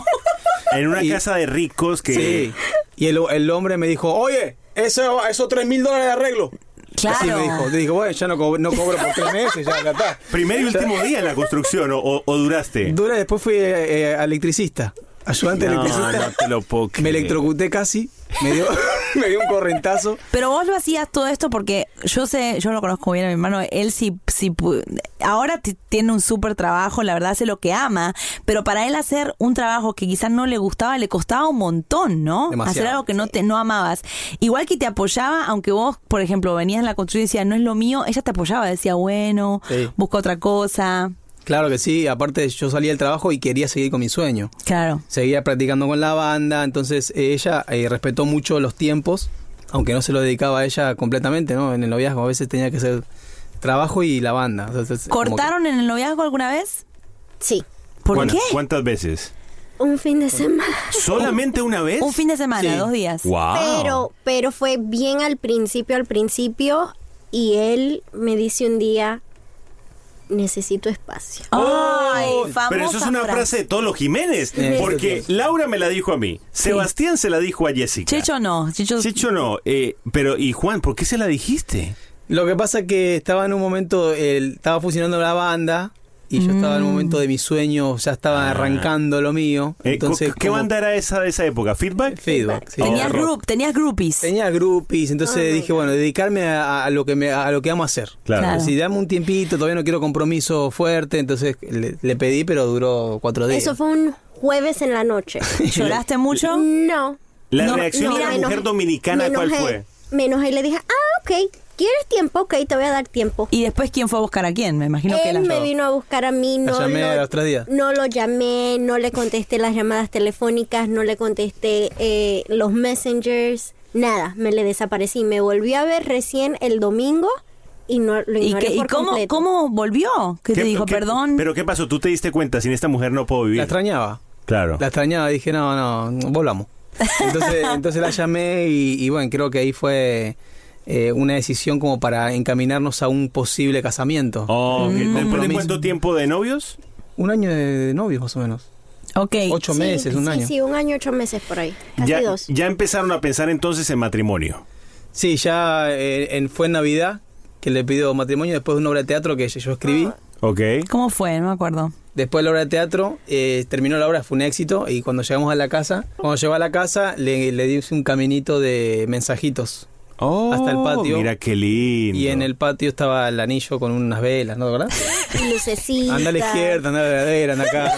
Speaker 3: En una casa de ricos que...
Speaker 5: Sí. Y el, el hombre me dijo, oye, eso, esos 3 mil dólares de arreglo.
Speaker 4: Claro.
Speaker 5: Así me dijo. Te digo, bueno, ya no cobro, no cobro por tres meses, ya acá está.
Speaker 3: Primer y último día en la construcción, o, o- o duraste?
Speaker 5: Dura, después fui eh, eh, electricista, ayudante
Speaker 3: No,
Speaker 5: electricista.
Speaker 3: no te lo puedo
Speaker 5: Me
Speaker 3: creer.
Speaker 5: electrocuté casi, me dio, (laughs) me dio un correntazo.
Speaker 4: Pero vos lo hacías todo esto porque yo sé, yo lo conozco bien a mi hermano, él sí, sí pu- ahora t- tiene un súper trabajo, la verdad hace lo que ama, pero para él hacer un trabajo que quizás no le gustaba, le costaba un montón, ¿no?
Speaker 7: Demasiado.
Speaker 4: Hacer algo que no te no amabas. Igual que te apoyaba, aunque vos, por ejemplo, venías en la construcción y decías, no es lo mío, ella te apoyaba, decía, bueno,
Speaker 5: Sí.
Speaker 4: busca otra cosa.
Speaker 5: Claro que sí, aparte yo salí del trabajo y quería seguir con mi sueño.
Speaker 4: Claro.
Speaker 5: Seguía practicando con la banda, entonces eh, ella eh, respetó mucho los tiempos, aunque no se lo dedicaba a ella completamente, ¿no? En el noviazgo a veces tenía que ser trabajo y la banda. Entonces, como que-
Speaker 4: ¿Cortaron en el noviazgo alguna vez?
Speaker 6: Sí.
Speaker 4: ¿Por
Speaker 3: ¿Cuán-
Speaker 4: qué?
Speaker 3: ¿Cuántas veces?
Speaker 6: Un fin de semana.
Speaker 3: ¿Solamente una vez?
Speaker 4: Un fin de semana, dos días.
Speaker 3: Wow. Ah.
Speaker 6: Pero, pero fue bien al principio, al principio, y él me dice un día, necesito espacio.
Speaker 4: Ay,
Speaker 3: Oh, Pero eso es una frase, de todos los Jiménez.
Speaker 6: Sí.
Speaker 3: Porque Laura me la dijo a mí, Sebastián se la dijo a Jessica.
Speaker 4: Checho no, Checho,
Speaker 3: Checho no, eh, pero y Juan, ¿por qué se la dijiste?
Speaker 5: Lo que pasa que estaba en un momento, el- estaba funcionando la banda y yo estaba en un momento de mi sueño, ya estaba arrancando lo mío.
Speaker 3: Eh,
Speaker 5: Entonces,
Speaker 3: ¿co- ¿Qué
Speaker 5: como-
Speaker 3: banda era esa de esa época? ¿Feedback?
Speaker 5: Feedback, sí.
Speaker 3: Tenía
Speaker 5: Tenías
Speaker 4: group- tenías groupies.
Speaker 5: Tenía groupies, entonces
Speaker 6: Ah,
Speaker 5: dije, bueno, dedicarme a, a lo que me, a lo que amo hacer.
Speaker 3: Claro. Claro.
Speaker 5: Si dame un tiempito, todavía no quiero compromiso fuerte, entonces le, le pedí, pero duró cuatro días.
Speaker 6: Eso fue un jueves en
Speaker 3: (laughs)
Speaker 6: la noche.
Speaker 4: ¿Lloraste mucho?
Speaker 6: No.
Speaker 3: ¿La
Speaker 6: No,
Speaker 3: reacción
Speaker 6: no,
Speaker 3: de la
Speaker 6: me
Speaker 3: mujer
Speaker 6: enojé.
Speaker 3: dominicana
Speaker 6: Me
Speaker 3: cuál
Speaker 6: enojé.
Speaker 3: fue?
Speaker 6: Me enojé y le dije, ah, ok, ¿quieres tiempo? Ok, te voy a dar tiempo.
Speaker 4: ¿Y después quién fue a buscar a quién? Me imagino que
Speaker 6: Él
Speaker 4: las
Speaker 6: me
Speaker 4: dos.
Speaker 6: vino a buscar a mí, no
Speaker 5: llamé
Speaker 6: lo,
Speaker 5: a los tres días.
Speaker 6: no lo llamé, no le contesté las llamadas telefónicas, no le contesté eh, los messengers, nada, me le desaparecí. Me volví a ver recién el domingo y no lo
Speaker 4: ¿Y,
Speaker 6: ignoré
Speaker 4: qué- y
Speaker 6: por
Speaker 4: cómo,
Speaker 6: completo.
Speaker 4: cómo volvió? ¿Qué, te dijo? Perdón.
Speaker 3: ¿Pero qué pasó? ¿Tú te diste cuenta? Sin esta mujer no puedo vivir.
Speaker 5: La extrañaba.
Speaker 3: Claro.
Speaker 5: La extrañaba, dije, no, no, volvamos.
Speaker 6: (laughs)
Speaker 5: Entonces, entonces la llamé y, y bueno, creo que ahí fue eh, una decisión como para encaminarnos a un posible casamiento.
Speaker 3: Oh, ok. ¿Después de
Speaker 5: Compromiso.
Speaker 3: cuánto tiempo de novios?
Speaker 5: Un año de, de novios más o menos.
Speaker 4: Ok.
Speaker 5: Ocho
Speaker 6: Sí,
Speaker 5: meses, un
Speaker 6: sí,
Speaker 5: año.
Speaker 6: Sí, un año, ocho meses por ahí, casi
Speaker 3: Ya,
Speaker 6: dos.
Speaker 3: ya empezaron a pensar entonces en matrimonio.
Speaker 5: Sí, ya eh, en, fue en Navidad que le pidió matrimonio después de una obra de teatro que yo escribí.
Speaker 6: Ah.
Speaker 3: Ok.
Speaker 4: ¿Cómo fue? No me acuerdo.
Speaker 5: Después de la obra de teatro, eh, terminó la obra, fue un éxito. Y cuando llegamos a la casa, cuando llegó a la casa, le, le di un caminito de mensajitos
Speaker 3: Oh,
Speaker 5: hasta el patio.
Speaker 3: Mira qué lindo.
Speaker 5: Y en el patio estaba el anillo con unas velas, ¿no? ¿Verdad?
Speaker 6: Y lucecita.
Speaker 5: Anda a la izquierda, anda a la verdadera, anda acá.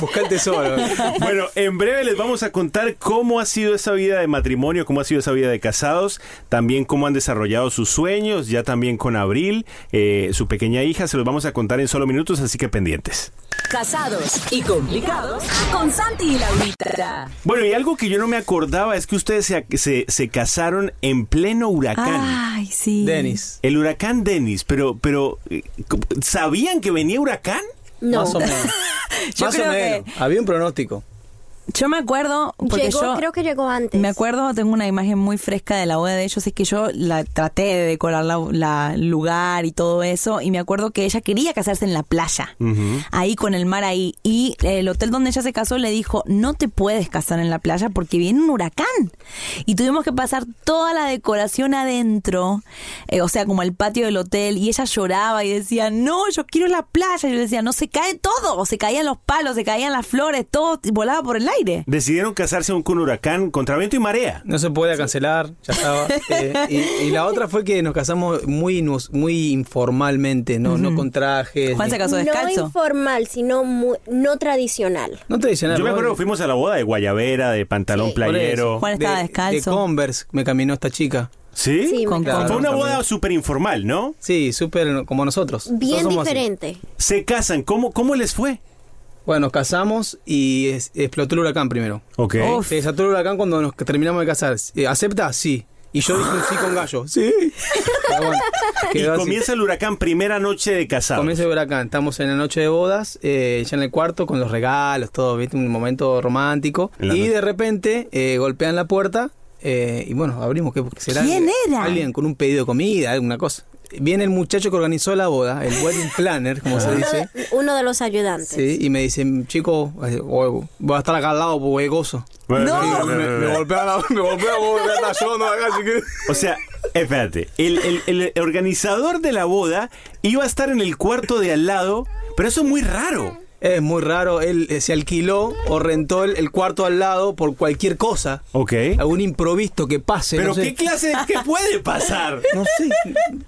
Speaker 5: Busca el tesoro.
Speaker 3: (laughs) Bueno, en breve les vamos a contar cómo ha sido esa vida de matrimonio, cómo ha sido esa vida de casados, también cómo han desarrollado sus sueños, ya también con Abril, eh, su pequeña hija, se los vamos a contar en solo minutos, así que pendientes.
Speaker 7: Casados y complicados con Santi y Laurita.
Speaker 3: Bueno, y algo que yo no me acordaba es que ustedes se, se- se casaron en pleno huracán.
Speaker 4: Ay, sí.
Speaker 5: Denis.
Speaker 3: El huracán Dennis, pero, pero, eh, ¿sabían que venía huracán?
Speaker 6: No.
Speaker 5: Más o menos.
Speaker 4: Yo
Speaker 5: Más
Speaker 4: creo
Speaker 5: o
Speaker 4: que-
Speaker 5: menos. Había un pronóstico.
Speaker 4: Yo me acuerdo, porque
Speaker 6: Llegó,
Speaker 4: yo
Speaker 6: creo que llegó antes.
Speaker 4: me acuerdo, tengo una imagen muy fresca de la boda de ellos, es que yo la traté de decorar la, la- el lugar y todo eso, y me acuerdo que ella quería casarse en la playa, ahí con el mar ahí, y el hotel donde ella se casó le dijo, no te puedes casar en la playa porque viene un huracán, y tuvimos que pasar toda la decoración adentro, eh, o sea, como el patio del hotel, y ella lloraba y decía, no, yo quiero la playa, y yo le decía, no, se cae todo, se caían los palos, se caían las flores, todo volaba por el aire.
Speaker 3: Decidieron casarse con un huracán contra viento y marea.
Speaker 5: No se puede cancelar, ya estaba. Eh, y, y la otra fue que nos casamos muy, inus- muy informalmente, no, no con trajes. ni-
Speaker 6: No informal, sino mu- no tradicional.
Speaker 5: No tradicional.
Speaker 3: Yo me acuerdo que fuimos a la boda de Guayavera, de pantalón playero.
Speaker 5: De- De Converse me caminó esta chica.
Speaker 3: ¿Sí?
Speaker 6: Sí, me Con caminó.
Speaker 3: Fue una boda súper informal, ¿no?
Speaker 5: Sí, súper como nosotros.
Speaker 6: Bien diferente.
Speaker 3: Se casan, ¿cómo, cómo les fue?
Speaker 5: Bueno, nos casamos y es- explotó el huracán primero.
Speaker 3: Ok.
Speaker 5: Uf. Se desató el huracán cuando nos terminamos de casar. Eh, ¿Acepta? Sí. Y yo dije un sí con gallo. Sí. Pero bueno,
Speaker 3: Y
Speaker 5: quedó así.
Speaker 3: comienza el huracán, primera noche de casados.
Speaker 5: Comienza el huracán. Estamos en la noche de bodas, eh, ya en el cuarto, con los regalos, todo, ¿viste? Un momento romántico.
Speaker 3: En la
Speaker 5: Y
Speaker 3: noche.
Speaker 5: de repente eh, golpean la puerta eh, y bueno, abrimos. ¿qué será?
Speaker 4: ¿Quién era?
Speaker 5: Alguien con un pedido de comida, alguna cosa. Viene el muchacho que organizó la boda, el wedding planner, como se
Speaker 6: Uno
Speaker 5: dice.
Speaker 6: de, uno de los ayudantes.
Speaker 5: Sí, y me dicen, chico, eh, o- voy a estar acá al lado, huegoso.
Speaker 3: No.
Speaker 5: Ah, Me, me golpea la, me golpea, me golpea la zona, así que...
Speaker 3: O sea, espérate, el, el- el organizador de la boda iba a estar en el cuarto de al lado, pero eso es muy raro.
Speaker 5: Es muy raro, él eh, se alquiló o rentó el, el cuarto al lado por cualquier cosa.
Speaker 3: Ok.
Speaker 5: Algún improviso que pase.
Speaker 3: Pero
Speaker 5: no sé.
Speaker 3: qué clase, de-
Speaker 5: (laughs)
Speaker 3: ¿qué puede pasar?
Speaker 5: No sé.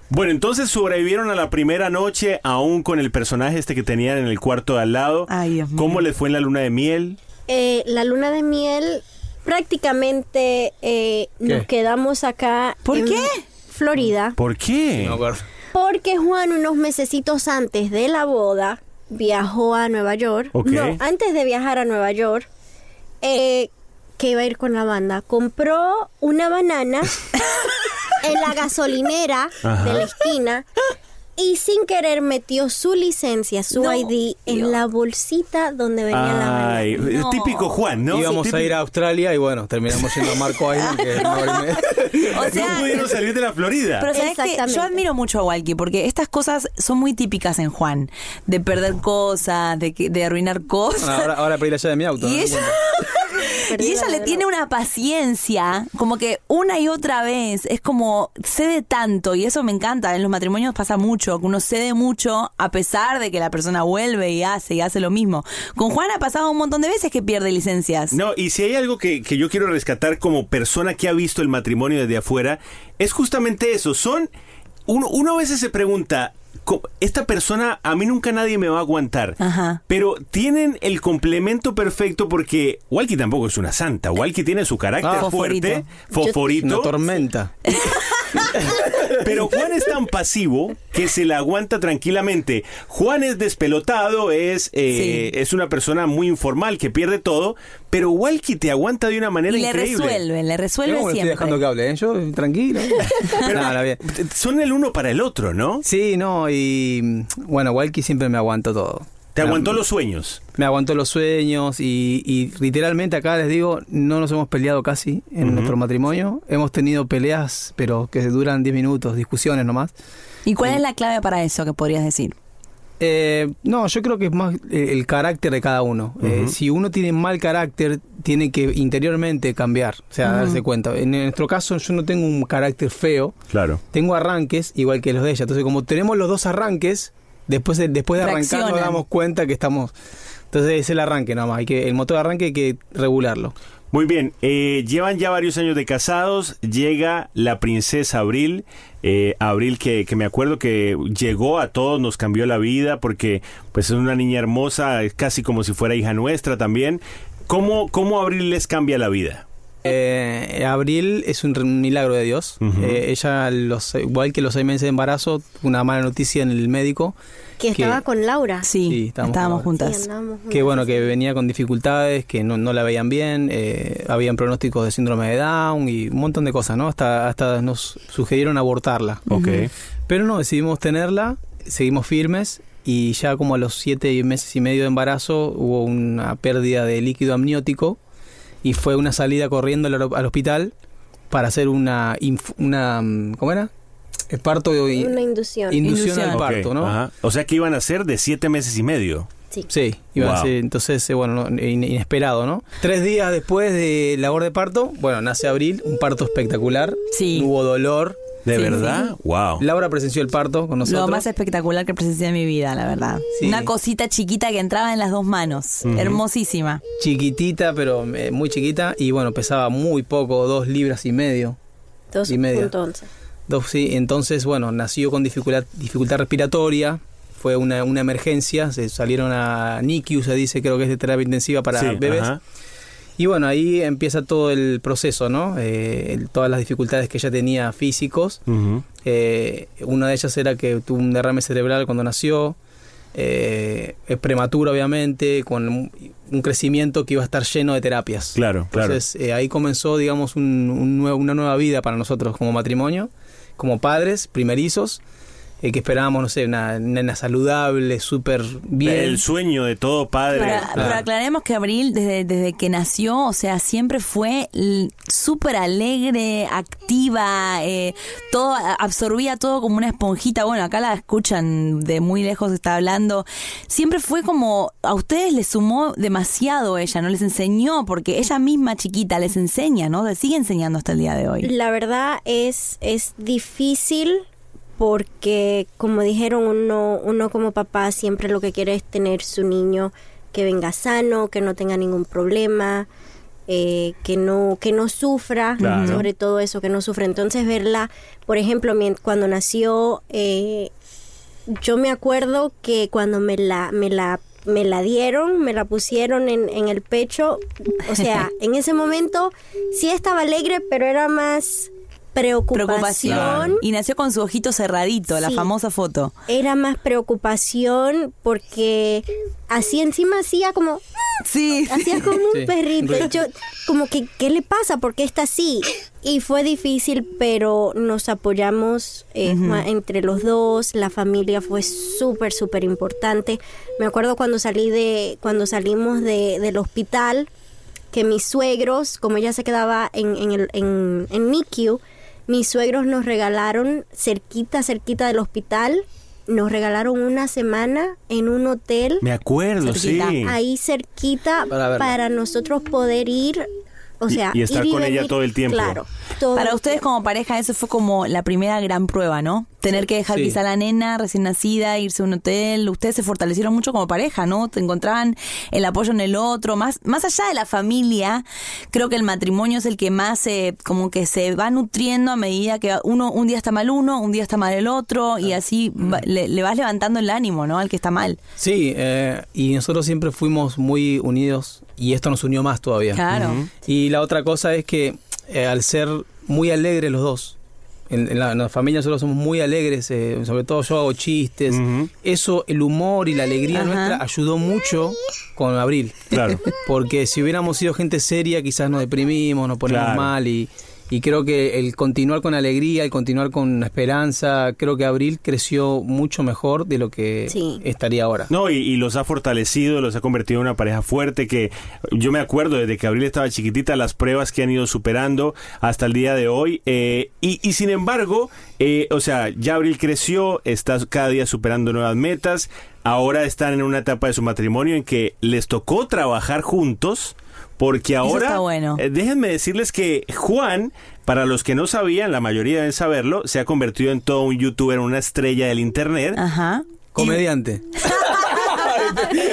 Speaker 3: Bueno, entonces sobrevivieron a la primera noche aún con el personaje este que tenían en el cuarto de al lado. ¿Cómo les fue en la luna de miel?
Speaker 6: Eh, la luna de miel, prácticamente eh, nos quedamos acá. ¿Por qué? Florida.
Speaker 3: ¿Por qué?
Speaker 6: Porque Juan, unos mesecitos antes de la boda, viajó a Nueva York.
Speaker 3: Ok.
Speaker 6: No, antes de viajar a Nueva York, eh, que iba a ir con la banda, compró una
Speaker 3: (laughs)
Speaker 6: banana en la gasolinera
Speaker 9: Ajá.
Speaker 6: de la esquina. Y sin querer metió su licencia, su ID, en la bolsita donde venía la banana.
Speaker 3: Ay,
Speaker 6: No.
Speaker 3: típico Juan, ¿no?
Speaker 5: Íbamos
Speaker 3: Típico-
Speaker 5: a ir a Australia y bueno, terminamos yendo a Marco Island, que es una hora y media.
Speaker 3: (laughs) no pudieron salir de la Florida.
Speaker 4: Pero sabes que yo admiro mucho a Walkie porque estas cosas son muy típicas en Juan, de perder cosas, de, que- de arruinar cosas.
Speaker 5: Ahora, ahora pedí la llave de mi auto.
Speaker 4: (laughs) Y
Speaker 5: ¿no?
Speaker 4: ella, (laughs) y ella le tiene una paciencia, como que una y otra vez, es como cede tanto, y eso me encanta, en los matrimonios pasa mucho, que uno cede mucho a pesar de que la persona vuelve y hace y hace lo mismo. Con Juan ha pasado un montón de veces que pierde licencias.
Speaker 3: No, y si hay algo que, que yo quiero rescatar como persona que ha visto el matrimonio desde afuera, es justamente eso. Son. Uno, uno a veces se pregunta. co- Esta persona, a mí nunca nadie me va a aguantar. Pero tienen el complemento perfecto porque Walkie tampoco es una santa. Walkie tiene su carácter
Speaker 5: Ah, fosforito.
Speaker 3: fuerte, fosforito.
Speaker 5: Una tormenta.
Speaker 3: Pero Juan es tan pasivo que se la aguanta tranquilamente. Juan es despelotado, es, eh, es una persona muy informal que pierde todo, pero Walkie te aguanta de una manera
Speaker 4: Y le
Speaker 3: increíble.
Speaker 4: resuelve, le resuelve
Speaker 5: Yo como lo estoy
Speaker 4: siempre.
Speaker 5: dejando que hable, ¿eh? Yo
Speaker 3: (laughs)
Speaker 5: tranquilo. Nada, bien.
Speaker 3: Son el uno para el otro, ¿no?
Speaker 5: Sí, no, y mm, bueno, Walkie siempre me aguantó todo.
Speaker 3: Te
Speaker 5: Me-
Speaker 3: aguantó los sueños.
Speaker 5: Me aguantó los sueños y, y literalmente acá les digo, no nos hemos peleado casi en nuestro matrimonio. Hemos tenido peleas, pero que duran 10 minutos, discusiones nomás.
Speaker 4: ¿Y cuál es la clave para eso que podrías decir?
Speaker 5: Eh, no, yo creo que es más eh, el carácter de cada uno. Eh, si uno tiene mal carácter, tiene que interiormente cambiar, o sea,
Speaker 3: Ujú.
Speaker 5: darse cuenta. En nuestro caso, yo no tengo un carácter feo.
Speaker 3: Claro.
Speaker 5: Tengo arranques, igual que los de ella. Entonces, como tenemos los dos arranques, después de, después de arrancar nos
Speaker 3: Reaccionan.
Speaker 5: damos cuenta que estamos... Entonces, es el arranque nada más. Hay que, el motor de arranque hay que regularlo.
Speaker 3: Muy bien, eh, llevan ya varios años de casados, llega la princesa Abril, eh, Abril que, que me acuerdo que llegó a todos, nos cambió la vida porque pues es una niña hermosa, es casi como si fuera hija nuestra también. ¿Cómo, cómo Abril les cambia la vida?
Speaker 5: Eh, Abril es un, re- un milagro de Dios.
Speaker 3: Ujú.
Speaker 5: Eh, ella, los, igual que los seis meses de embarazo, una mala noticia en el médico.
Speaker 6: Que estaba con Laura.
Speaker 4: Sí, estábamos
Speaker 5: con Laura.
Speaker 4: juntas. Sí,
Speaker 6: andábamos
Speaker 5: Que bueno, que venía con dificultades, que no, no la veían bien, eh, habían pronósticos de síndrome de Down y un montón de cosas, ¿no? Hasta, hasta nos sugirieron abortarla.
Speaker 3: Ok.
Speaker 5: Pero no, decidimos tenerla, seguimos firmes y ya como a los siete meses y medio de embarazo hubo una pérdida de líquido amniótico y fue una salida corriendo al, al hospital para hacer una, inf- una mm, ¿cómo era? Eh, Parto y-
Speaker 6: Una inducción.
Speaker 5: inducción al
Speaker 3: Ok,
Speaker 5: parto, ¿no?
Speaker 3: ajá. O sea que iban a ser de siete meses y medio.
Speaker 6: Sí.
Speaker 5: iba a
Speaker 3: Wow.
Speaker 5: ser- entonces, eh, bueno, no, in- inesperado, ¿no? Tres días después de labor de parto, bueno, nace Abril, un parto espectacular. Sí. hubo dolor,
Speaker 3: ¿De verdad? Wow.
Speaker 5: Laura presenció el parto con nosotros.
Speaker 4: Lo más espectacular que presencié en mi vida, la verdad.
Speaker 5: Sí.
Speaker 4: Una cosita chiquita que entraba en las dos manos.
Speaker 5: Ujú.
Speaker 4: Hermosísima.
Speaker 5: Chiquitita, pero eh, muy chiquita. Y bueno, pesaba muy poco, dos libras y medio.
Speaker 6: Dos
Speaker 5: y medio.
Speaker 6: punto once.
Speaker 5: Dos, sí. Entonces, bueno, nació con dificultad, dificultad respiratoria. Fue una, una emergencia. Se salieron a NICU, se dice, creo que es de terapia intensiva para
Speaker 3: Sí,
Speaker 5: bebés.
Speaker 3: ajá.
Speaker 5: Y bueno, ahí empieza todo el proceso, ¿no? Eh, el- todas las dificultades que ella tenía físicos.
Speaker 3: Ujú.
Speaker 5: Eh, una de ellas era que tuvo un derrame cerebral cuando nació. eh, es prematura, obviamente, con un, un crecimiento que iba a estar lleno de terapias.
Speaker 3: Claro, claro.
Speaker 5: Entonces eh, ahí comenzó, digamos, un, un nuevo- una nueva vida para nosotros como matrimonio, como padres primerizos, eh, que esperábamos, no sé, una nena saludable, súper bien.
Speaker 3: El sueño de todo padre. Ah.
Speaker 4: Pero, pero aclaremos que Abril, desde, desde que nació, o sea, siempre fue l- súper alegre, activa, eh, todo a- absorbía todo como una esponjita. Bueno, acá la escuchan de muy lejos, está hablando. Siempre fue como, a ustedes les sumó demasiado ella, ¿no? Les enseñó, porque ella misma chiquita les enseña, ¿no? Les sigue enseñando hasta el día de hoy.
Speaker 6: La verdad es, es difícil porque, como dijeron, uno, uno como papá siempre lo que quiere es tener su niño que venga sano, que no tenga ningún problema, eh, que, no, que no sufra,
Speaker 9: Claro.
Speaker 6: sobre todo eso, que no sufra. Entonces verla, por ejemplo, mien- cuando nació, eh, yo me acuerdo que cuando me la, me la, me la dieron, me la pusieron en, en el pecho, o sea, en ese momento sí estaba alegre, pero era más preocupación.
Speaker 4: Preocupación. Y nació con su ojito cerradito, la
Speaker 6: Sí.
Speaker 4: famosa foto.
Speaker 6: Era más preocupación porque así encima hacía como...
Speaker 4: (laughs) Sí.
Speaker 6: Hacía como un
Speaker 4: Sí,
Speaker 6: perrito.
Speaker 4: re.
Speaker 6: Yo, como que, ¿qué le pasa? ¿Por qué está así? Y fue difícil, pero nos apoyamos eh,
Speaker 4: Ujú.
Speaker 6: Juan- entre los dos. La familia fue súper, súper importante. Me acuerdo cuando salí de, cuando salimos de- del hospital, que mis suegros, como ella se quedaba en, en, el, en, en NICU, mis suegros nos regalaron cerquita, cerquita del hospital, nos regalaron una semana en un hotel.
Speaker 3: Me acuerdo, sí.
Speaker 6: Ahí cerquita
Speaker 3: Para
Speaker 6: para,
Speaker 3: verla.
Speaker 6: nosotros poder ir, o
Speaker 3: Y-
Speaker 6: sea,
Speaker 3: y estar
Speaker 6: ir
Speaker 3: con ella
Speaker 6: venir,
Speaker 3: todo el tiempo.
Speaker 6: Claro, todo
Speaker 4: Para ustedes como pareja eso fue como la primera gran prueba, ¿no? Tener que dejar
Speaker 6: Sí.
Speaker 4: quizá a la nena recién nacida, irse a un hotel, ustedes se fortalecieron mucho como pareja, ¿no? Te encontraban el apoyo en el otro, más más allá de la familia, creo que el matrimonio es el que más se como que se va nutriendo a medida que uno un día está mal uno, un día está mal el otro y así va- le, le vas levantando el ánimo, ¿no? Al que está mal.
Speaker 5: Sí, eh, y nosotros siempre fuimos muy unidos y esto nos unió más todavía.
Speaker 4: Claro. Ujú.
Speaker 5: Y la otra cosa es que eh, al ser muy alegres los dos, en, en la, en la familia nosotros somos muy alegres, eh, sobre todo yo hago chistes, eso, el humor y la alegría
Speaker 4: Ajá.
Speaker 5: nuestra ayudó mucho con Abril. (laughs)
Speaker 3: Claro.
Speaker 5: Porque si hubiéramos sido gente seria quizás nos deprimimos, nos ponemos
Speaker 3: Claro.
Speaker 5: mal y... Y creo que el continuar con alegría, el continuar con esperanza, creo que Abril creció mucho mejor de lo que
Speaker 6: Sí.
Speaker 5: estaría ahora.
Speaker 3: No, y, y los ha fortalecido, los ha convertido en una pareja fuerte que yo me acuerdo desde que Abril estaba chiquitita, las pruebas que han ido superando hasta el día de hoy. eh, y, y sin embargo, eh, o sea, ya Abril creció, está cada día superando nuevas metas. Ahora están en una etapa de su matrimonio en que les tocó trabajar juntos. Porque ahora,
Speaker 4: está bueno.
Speaker 3: eh, déjenme decirles que Juan, para los que no sabían, la mayoría deben saberlo, se ha convertido en todo un youtuber, una estrella del internet.
Speaker 4: Ajá.
Speaker 5: Comediante.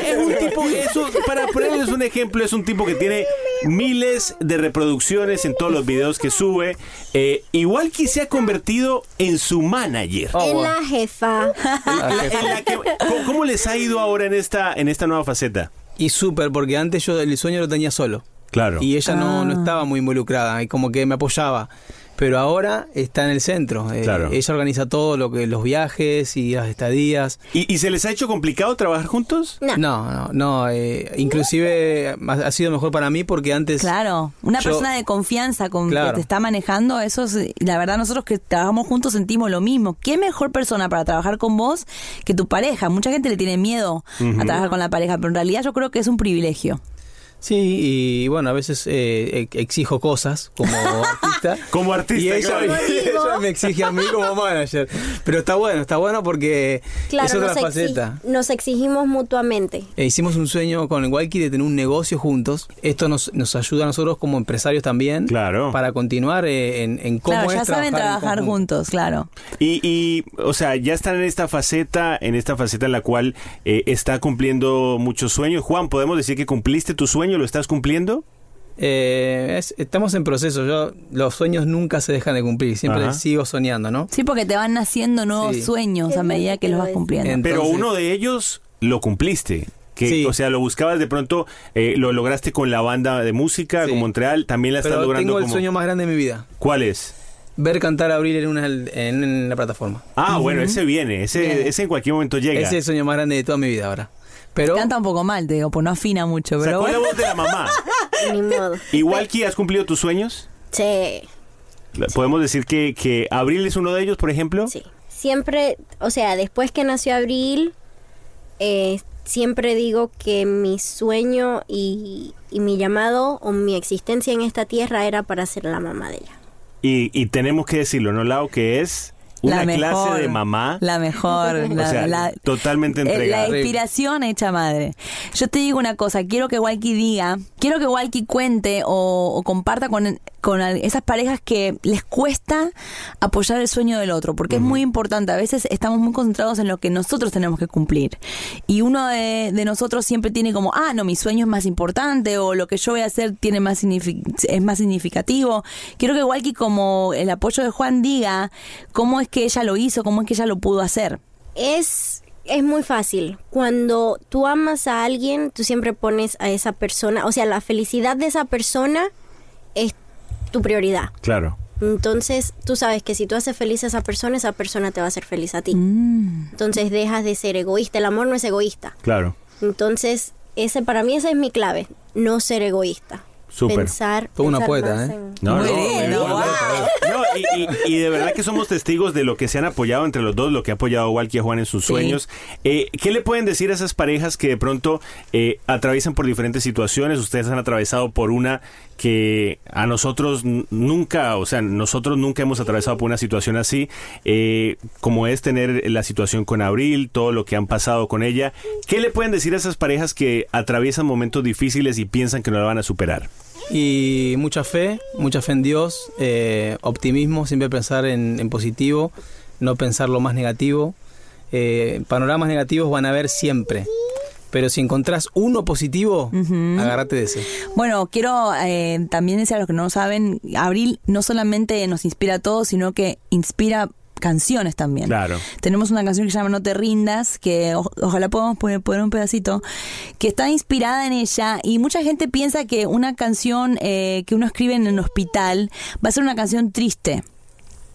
Speaker 3: es un tipo, es un- para ponerles un ejemplo, es un tipo que tiene miles de reproducciones en todos los videos que sube. Eh, igual que se ha convertido en su manager.
Speaker 6: en la
Speaker 3: (laughs)
Speaker 6: jefa.
Speaker 3: ¿Cómo, cómo les ha ido ahora en esta, en esta nueva faceta?
Speaker 5: Y súper, porque antes yo el sueño lo tenía solo.
Speaker 3: Claro.
Speaker 5: Y ella
Speaker 3: Ah.
Speaker 5: no, no estaba muy involucrada y como que me apoyaba. Pero ahora está en el centro. Eh,
Speaker 3: Claro.
Speaker 5: Ella organiza todo, lo que, los viajes y las estadías.
Speaker 3: ¿Y, y se les ha hecho complicado trabajar juntos?
Speaker 5: No, no, no. eh, inclusive eh, ha, ha sido mejor para mí porque antes...
Speaker 4: Claro, una
Speaker 5: yo-
Speaker 4: persona de confianza con que
Speaker 5: Claro.
Speaker 4: te está manejando, eso es, la verdad nosotros que trabajamos juntos sentimos lo mismo. ¿Qué mejor persona para trabajar con vos que tu pareja? Mucha gente le tiene miedo
Speaker 5: Ujú.
Speaker 4: a trabajar con la pareja, pero en realidad yo creo que es un privilegio.
Speaker 5: Sí, y bueno, a veces eh, ex- exijo cosas como artista.
Speaker 3: como artista,
Speaker 5: Y ella,
Speaker 3: claro.
Speaker 5: y ella me (laughs) exige a mí como manager. Pero está bueno, está bueno porque
Speaker 6: Claro,
Speaker 5: es otra
Speaker 6: nos, exi-
Speaker 5: faceta.
Speaker 6: nos exigimos mutuamente.
Speaker 5: E hicimos un sueño con el Walkie de tener un negocio juntos. Esto nos, nos ayuda a nosotros como empresarios también. Para continuar eh, en, en cómo
Speaker 4: Claro,
Speaker 5: es
Speaker 4: ya
Speaker 5: trabajar
Speaker 4: saben
Speaker 5: en
Speaker 4: trabajar
Speaker 5: conjunto.
Speaker 4: juntos, claro.
Speaker 3: Y, y, o sea, ya están en esta faceta, en esta faceta en la cual eh, está cumpliendo muchos sueños. Juan, ¿podemos decir que cumpliste tu sueño? ¿Lo estás cumpliendo?
Speaker 5: Eh, es- estamos en proceso. Yo, los sueños nunca se dejan de cumplir. Siempre
Speaker 3: Ajá.
Speaker 5: sigo soñando, ¿no?
Speaker 4: Sí, porque te van naciendo nuevos
Speaker 5: Sí.
Speaker 4: sueños a medida que los vas cumpliendo.
Speaker 3: Pero uno de ellos lo cumpliste. Que, O sea, lo buscabas de pronto, eh, lo lograste con la banda de música, con Montreal, también la estás
Speaker 5: Pero
Speaker 3: logrando
Speaker 5: tengo el
Speaker 3: como...
Speaker 5: sueño más grande de mi vida.
Speaker 3: ¿Cuál es?
Speaker 5: Ver cantar a Abril en, una, en, en la plataforma.
Speaker 3: Ah, bueno,
Speaker 5: Ujú.
Speaker 3: ese viene, ese,
Speaker 5: Bien.
Speaker 3: ese en cualquier momento llega.
Speaker 5: Ese es el sueño más grande de toda mi vida ahora. Pero
Speaker 4: Canta un poco mal, te digo, pues no afina mucho, pero
Speaker 3: Sacó la
Speaker 4: bueno.
Speaker 3: voz de la
Speaker 4: (laughs)
Speaker 3: mamá.
Speaker 6: Ni modo.
Speaker 3: Igual que has cumplido tus sueños,
Speaker 6: Sí.
Speaker 3: podemos decir que, que Abril es uno de ellos, por ejemplo. Sí.
Speaker 6: Siempre, o sea, después que nació Abril, eh, siempre digo que mi sueño y, y mi llamado o mi existencia en esta tierra era para ser la mamá de ella.
Speaker 3: Y, y tenemos que decirlo, ¿no, Lau? Que es una
Speaker 4: La mejor.
Speaker 3: clase de mamá.
Speaker 4: La mejor,
Speaker 3: O
Speaker 4: la-
Speaker 3: sea,
Speaker 4: la-
Speaker 3: totalmente
Speaker 4: Eh,
Speaker 3: entregada.
Speaker 4: La inspiración hecha madre. Yo te digo una cosa, quiero que Walkie diga, quiero que Walkie cuente o, o comparta con, con al- esas parejas que les cuesta apoyar el sueño del otro, porque es muy importante. A veces estamos muy concentrados en lo que nosotros tenemos que cumplir. Y uno de, de nosotros siempre tiene como, ah, no, mi sueño es más importante o lo que yo voy a hacer tiene más signifi- es más significativo. Quiero que Walkie, como el apoyo de Juan, diga cómo es que ella lo hizo, cómo es que ella lo pudo hacer.
Speaker 6: Es, es muy fácil. Cuando tú amas a alguien, tú siempre pones a esa persona, o sea, la felicidad de esa persona es tu prioridad.
Speaker 3: Claro.
Speaker 6: Entonces, tú sabes que si tú haces feliz a esa persona, esa persona te va a hacer feliz a ti.
Speaker 3: Mm.
Speaker 6: Entonces, dejas de ser egoísta. El amor no es egoísta.
Speaker 3: Claro.
Speaker 6: Entonces, ese para mí esa es mi clave, no ser egoísta.
Speaker 3: Súper.
Speaker 6: Pensar,
Speaker 3: Tú una
Speaker 6: pensar
Speaker 3: poeta,
Speaker 6: más
Speaker 3: ¿eh?
Speaker 6: en-
Speaker 3: No, no, no, no, No, y, y- y de verdad que somos testigos de lo que se han apoyado entre los dos, lo que ha apoyado Walkie a Juan en sus
Speaker 9: Sí.
Speaker 3: sueños. Eh, ¿Qué le pueden decir a esas parejas que de pronto eh, atraviesan por diferentes situaciones? Ustedes han atravesado por una que a nosotros n- nunca, o sea, nosotros nunca hemos atravesado por una situación así, eh, como es tener la situación con Abril, todo lo que han pasado con ella. ¿Qué le pueden decir a esas parejas que atraviesan momentos difíciles y piensan que no la van a superar?
Speaker 5: Y mucha fe, mucha fe en Dios, eh, optimismo, siempre pensar en, en positivo, no pensar lo más negativo. Eh, panoramas negativos van a haber siempre. Pero si encontrás uno positivo, agárrate de ese.
Speaker 4: Bueno, quiero eh, también decir a los que no saben, Abril no solamente nos inspira a todos, sino que inspira canciones también.
Speaker 3: Claro.
Speaker 4: Tenemos una canción que se llama No te rindas, que o- ojalá podamos poner, poner un pedacito, que está inspirada en ella y mucha gente piensa que una canción eh, que uno escribe en el hospital va a ser una canción triste.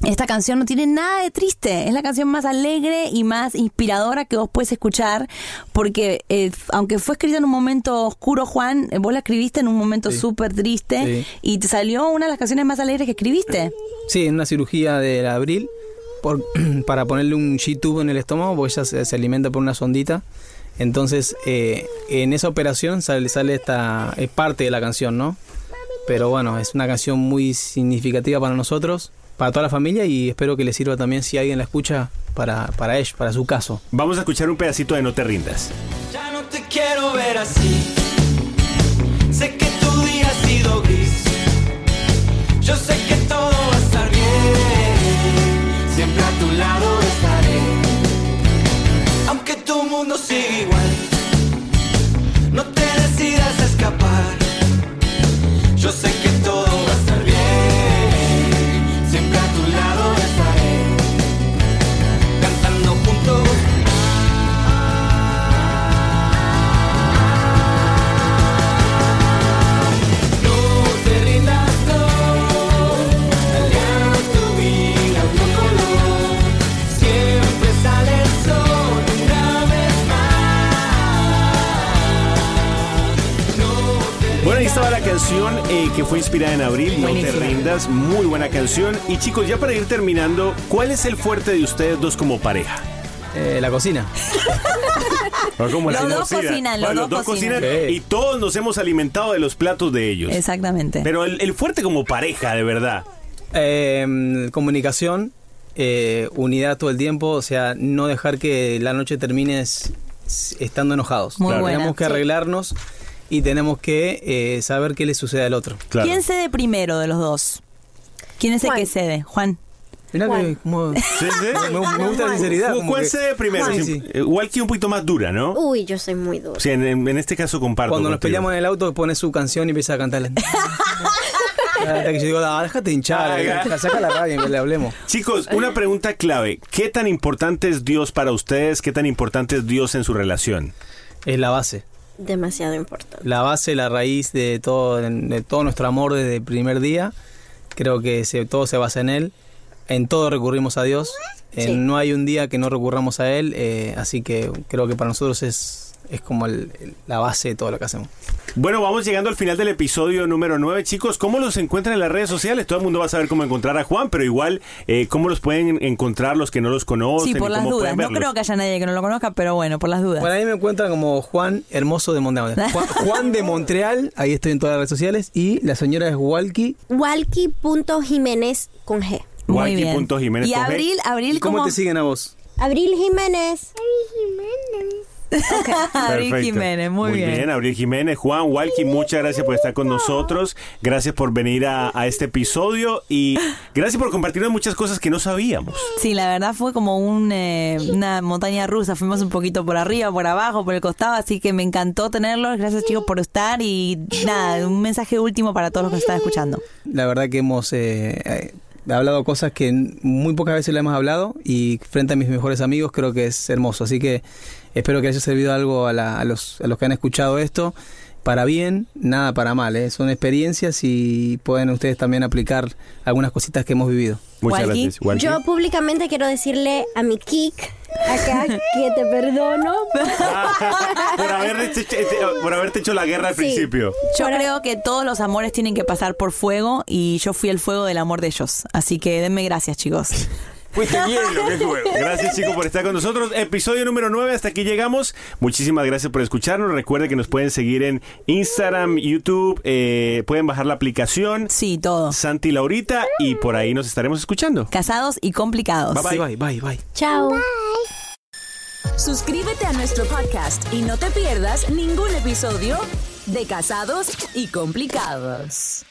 Speaker 4: Esta canción no tiene nada de triste, es la canción más alegre y más inspiradora que vos puedes escuchar, porque eh, aunque fue escrita en un momento oscuro, Juan, eh, vos la escribiste en un momento
Speaker 5: Sí.
Speaker 4: súper triste
Speaker 5: Sí.
Speaker 4: y te salió una de las canciones más alegres que escribiste.
Speaker 5: Sí, en una cirugía del abril por- (clears throat) para ponerle un G-tube en el estómago porque ella se, se alimenta por una sondita. Entonces, eh, en esa operación sale, sale esta es parte de la canción, ¿no? Pero bueno, es una canción muy significativa para nosotros, para toda la familia y espero que le sirva también si alguien la escucha para, para ellos, para su caso.
Speaker 3: Vamos a escuchar un pedacito de No te rindas.
Speaker 10: Ya no te quiero ver así. Sé que tu día ha sido gris. Yo sé que todo va a estar bien. Siempre a tu lado estaré. Aunque tu mundo siga igual. No te decidas a escapar. Yo sé que todo va a estar bien. Siempre a tu lado estaré. Cantando juntos. te rindas no, aliamos tu vida un nuevo color, siempre sale el sol una vez más. No te
Speaker 3: Bueno, ahí estaba la canción eh, que fue inspirada en abril, No
Speaker 10: Buenísima.
Speaker 3: te rindas, muy buena canción. Y chicos, ya para ir terminando, ¿cuál es el fuerte de ustedes dos como pareja?
Speaker 5: Eh, la cocina.
Speaker 3: Como la
Speaker 4: Los dos
Speaker 3: cocina.
Speaker 4: cocinan, los
Speaker 3: Bueno,
Speaker 4: dos cocinan.
Speaker 3: y todos nos hemos alimentado de los platos de ellos.
Speaker 4: Exactamente.
Speaker 3: Pero el, el fuerte como pareja, de verdad.
Speaker 5: Eh, comunicación, eh, unidad todo el tiempo, o sea, no dejar que la noche termine s- estando enojados.
Speaker 4: Muy buena.
Speaker 5: Tenemos que
Speaker 4: Sí.
Speaker 5: arreglarnos y tenemos que eh, saber qué le sucede al otro.
Speaker 4: ¿Quién cede primero de los dos? ¿Quién es el que cede? Juan.
Speaker 5: Mirá
Speaker 4: que
Speaker 5: como... Me, me gusta la sinceridad.
Speaker 3: ¿Cu-
Speaker 5: como
Speaker 3: ¿Cuál
Speaker 5: que-
Speaker 3: se primero?
Speaker 5: Sí,
Speaker 3: Sim-
Speaker 5: sí.
Speaker 3: eh, Walkie un poquito más dura, ¿no?
Speaker 4: Uh.
Speaker 6: Uy, yo soy muy dura.
Speaker 3: Sí, en, en- en este caso comparto.
Speaker 5: Cuando nos
Speaker 3: contigo.
Speaker 5: peleamos en el auto, pone su canción y empieza a cantarla. Hasta que yo digo, "Ah, déjate hinchar,
Speaker 3: Ay,
Speaker 5: deja- saca la radio y que le hablemos.
Speaker 3: Chicos, una pregunta clave. ¿Qué tan importante es Dios para ustedes? ¿Qué tan importante es Dios en su relación?
Speaker 5: Es la base.
Speaker 6: Demasiado importante.
Speaker 5: la base, la raíz de todo, de todo nuestro amor desde el primer día. Creo que se- todo se basa en Él. En todo recurrimos a Dios. En-
Speaker 6: Sí.
Speaker 5: No hay un día que no recurramos a Él. eh, así que creo que para nosotros es, es como el- el- la base de todo lo que hacemos.
Speaker 3: Bueno, vamos llegando al final del episodio número 9. Chicos, ¿cómo los encuentran en las redes sociales? Todo el mundo va a saber cómo encontrar a Juan, pero igual, eh, ¿cómo los pueden encontrar los que no los conocen?
Speaker 4: Sí,
Speaker 3: y
Speaker 4: por las
Speaker 3: cómo
Speaker 4: dudas.
Speaker 3: pueden
Speaker 4: No
Speaker 3: verlos?
Speaker 4: creo que haya nadie que no lo conozca, pero bueno, por las dudas.
Speaker 5: Bueno, ahí me encuentran como Juan Hermoso de Montreal. Juan, Juan de Montreal, ahí estoy en todas las redes sociales. Y la señora es Walkie.
Speaker 6: Walkie.jiménez con G.
Speaker 3: Muy bien. punto Jiménez
Speaker 6: Y
Speaker 3: con G.
Speaker 6: Abril- Abril,
Speaker 5: ¿Y cómo
Speaker 6: ¿cómo?
Speaker 5: te siguen a vos?
Speaker 6: Abril Jiménez.
Speaker 4: (laughs) Abril
Speaker 3: Perfecto.
Speaker 4: Jiménez, muy,
Speaker 3: bien.
Speaker 4: bien.
Speaker 3: Abril Jiménez, Juan, Walkie, muchas gracias por estar con nosotros. Gracias por venir a, a este episodio y gracias por compartirnos muchas cosas que no sabíamos.
Speaker 4: Sí, la verdad fue como un, eh, una montaña rusa. Fuimos un poquito por arriba, por abajo, por el costado, así que me encantó tenerlos. Gracias chicos por estar y nada, un mensaje último para todos los que están escuchando.
Speaker 5: La verdad que hemos eh, eh, hablado cosas que n- muy pocas veces le hemos hablado y frente a mis mejores amigos creo que es hermoso. Así que espero que haya servido algo a, la- a los, a los que han escuchado esto. Para bien, nada para mal. ¿eh? Son experiencias y pueden ustedes también aplicar algunas cositas que hemos vivido.
Speaker 6: Walkie. Yo públicamente quiero decirle a mi kick acá que te perdono.
Speaker 3: (laughs) Por, haber hecho- este- por haberte hecho la guerra al
Speaker 4: Sí.
Speaker 3: principio.
Speaker 4: Yo creo que todos los amores tienen que pasar por fuego y yo fui el fuego del amor de ellos. Así que denme gracias, chicos.
Speaker 3: Fuiste hielo, qué juego. Gracias, chicos, por estar con nosotros. Episodio número 9, hasta aquí llegamos. Muchísimas gracias por escucharnos. Recuerde que nos pueden seguir en Instagram, YouTube, eh, pueden bajar la aplicación.
Speaker 4: Sí, todo.
Speaker 3: Santi Laurita y por ahí nos estaremos escuchando.
Speaker 4: Casados y complicados.
Speaker 3: Bye, bye.
Speaker 5: bye, bye.
Speaker 7: Chao. Suscríbete a nuestro podcast y no te pierdas ningún episodio de Casados y Complicados.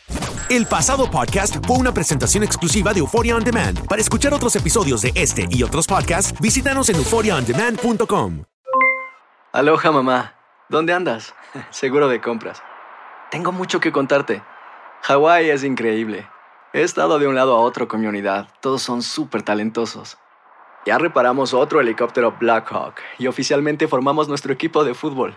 Speaker 2: El pasado podcast fue una presentación exclusiva de Euphoria On Demand. Para escuchar otros episodios de este y otros podcasts, visítanos en euphoriaondemand.com.
Speaker 9: Aloha mamá, ¿dónde andas? (laughs) Seguro de compras. Tengo mucho que contarte. Hawái es increíble. He estado de un lado a otro con mi unidad. Todos son súper talentosos. Ya reparamos otro helicóptero Blackhawk y oficialmente formamos nuestro equipo de fútbol.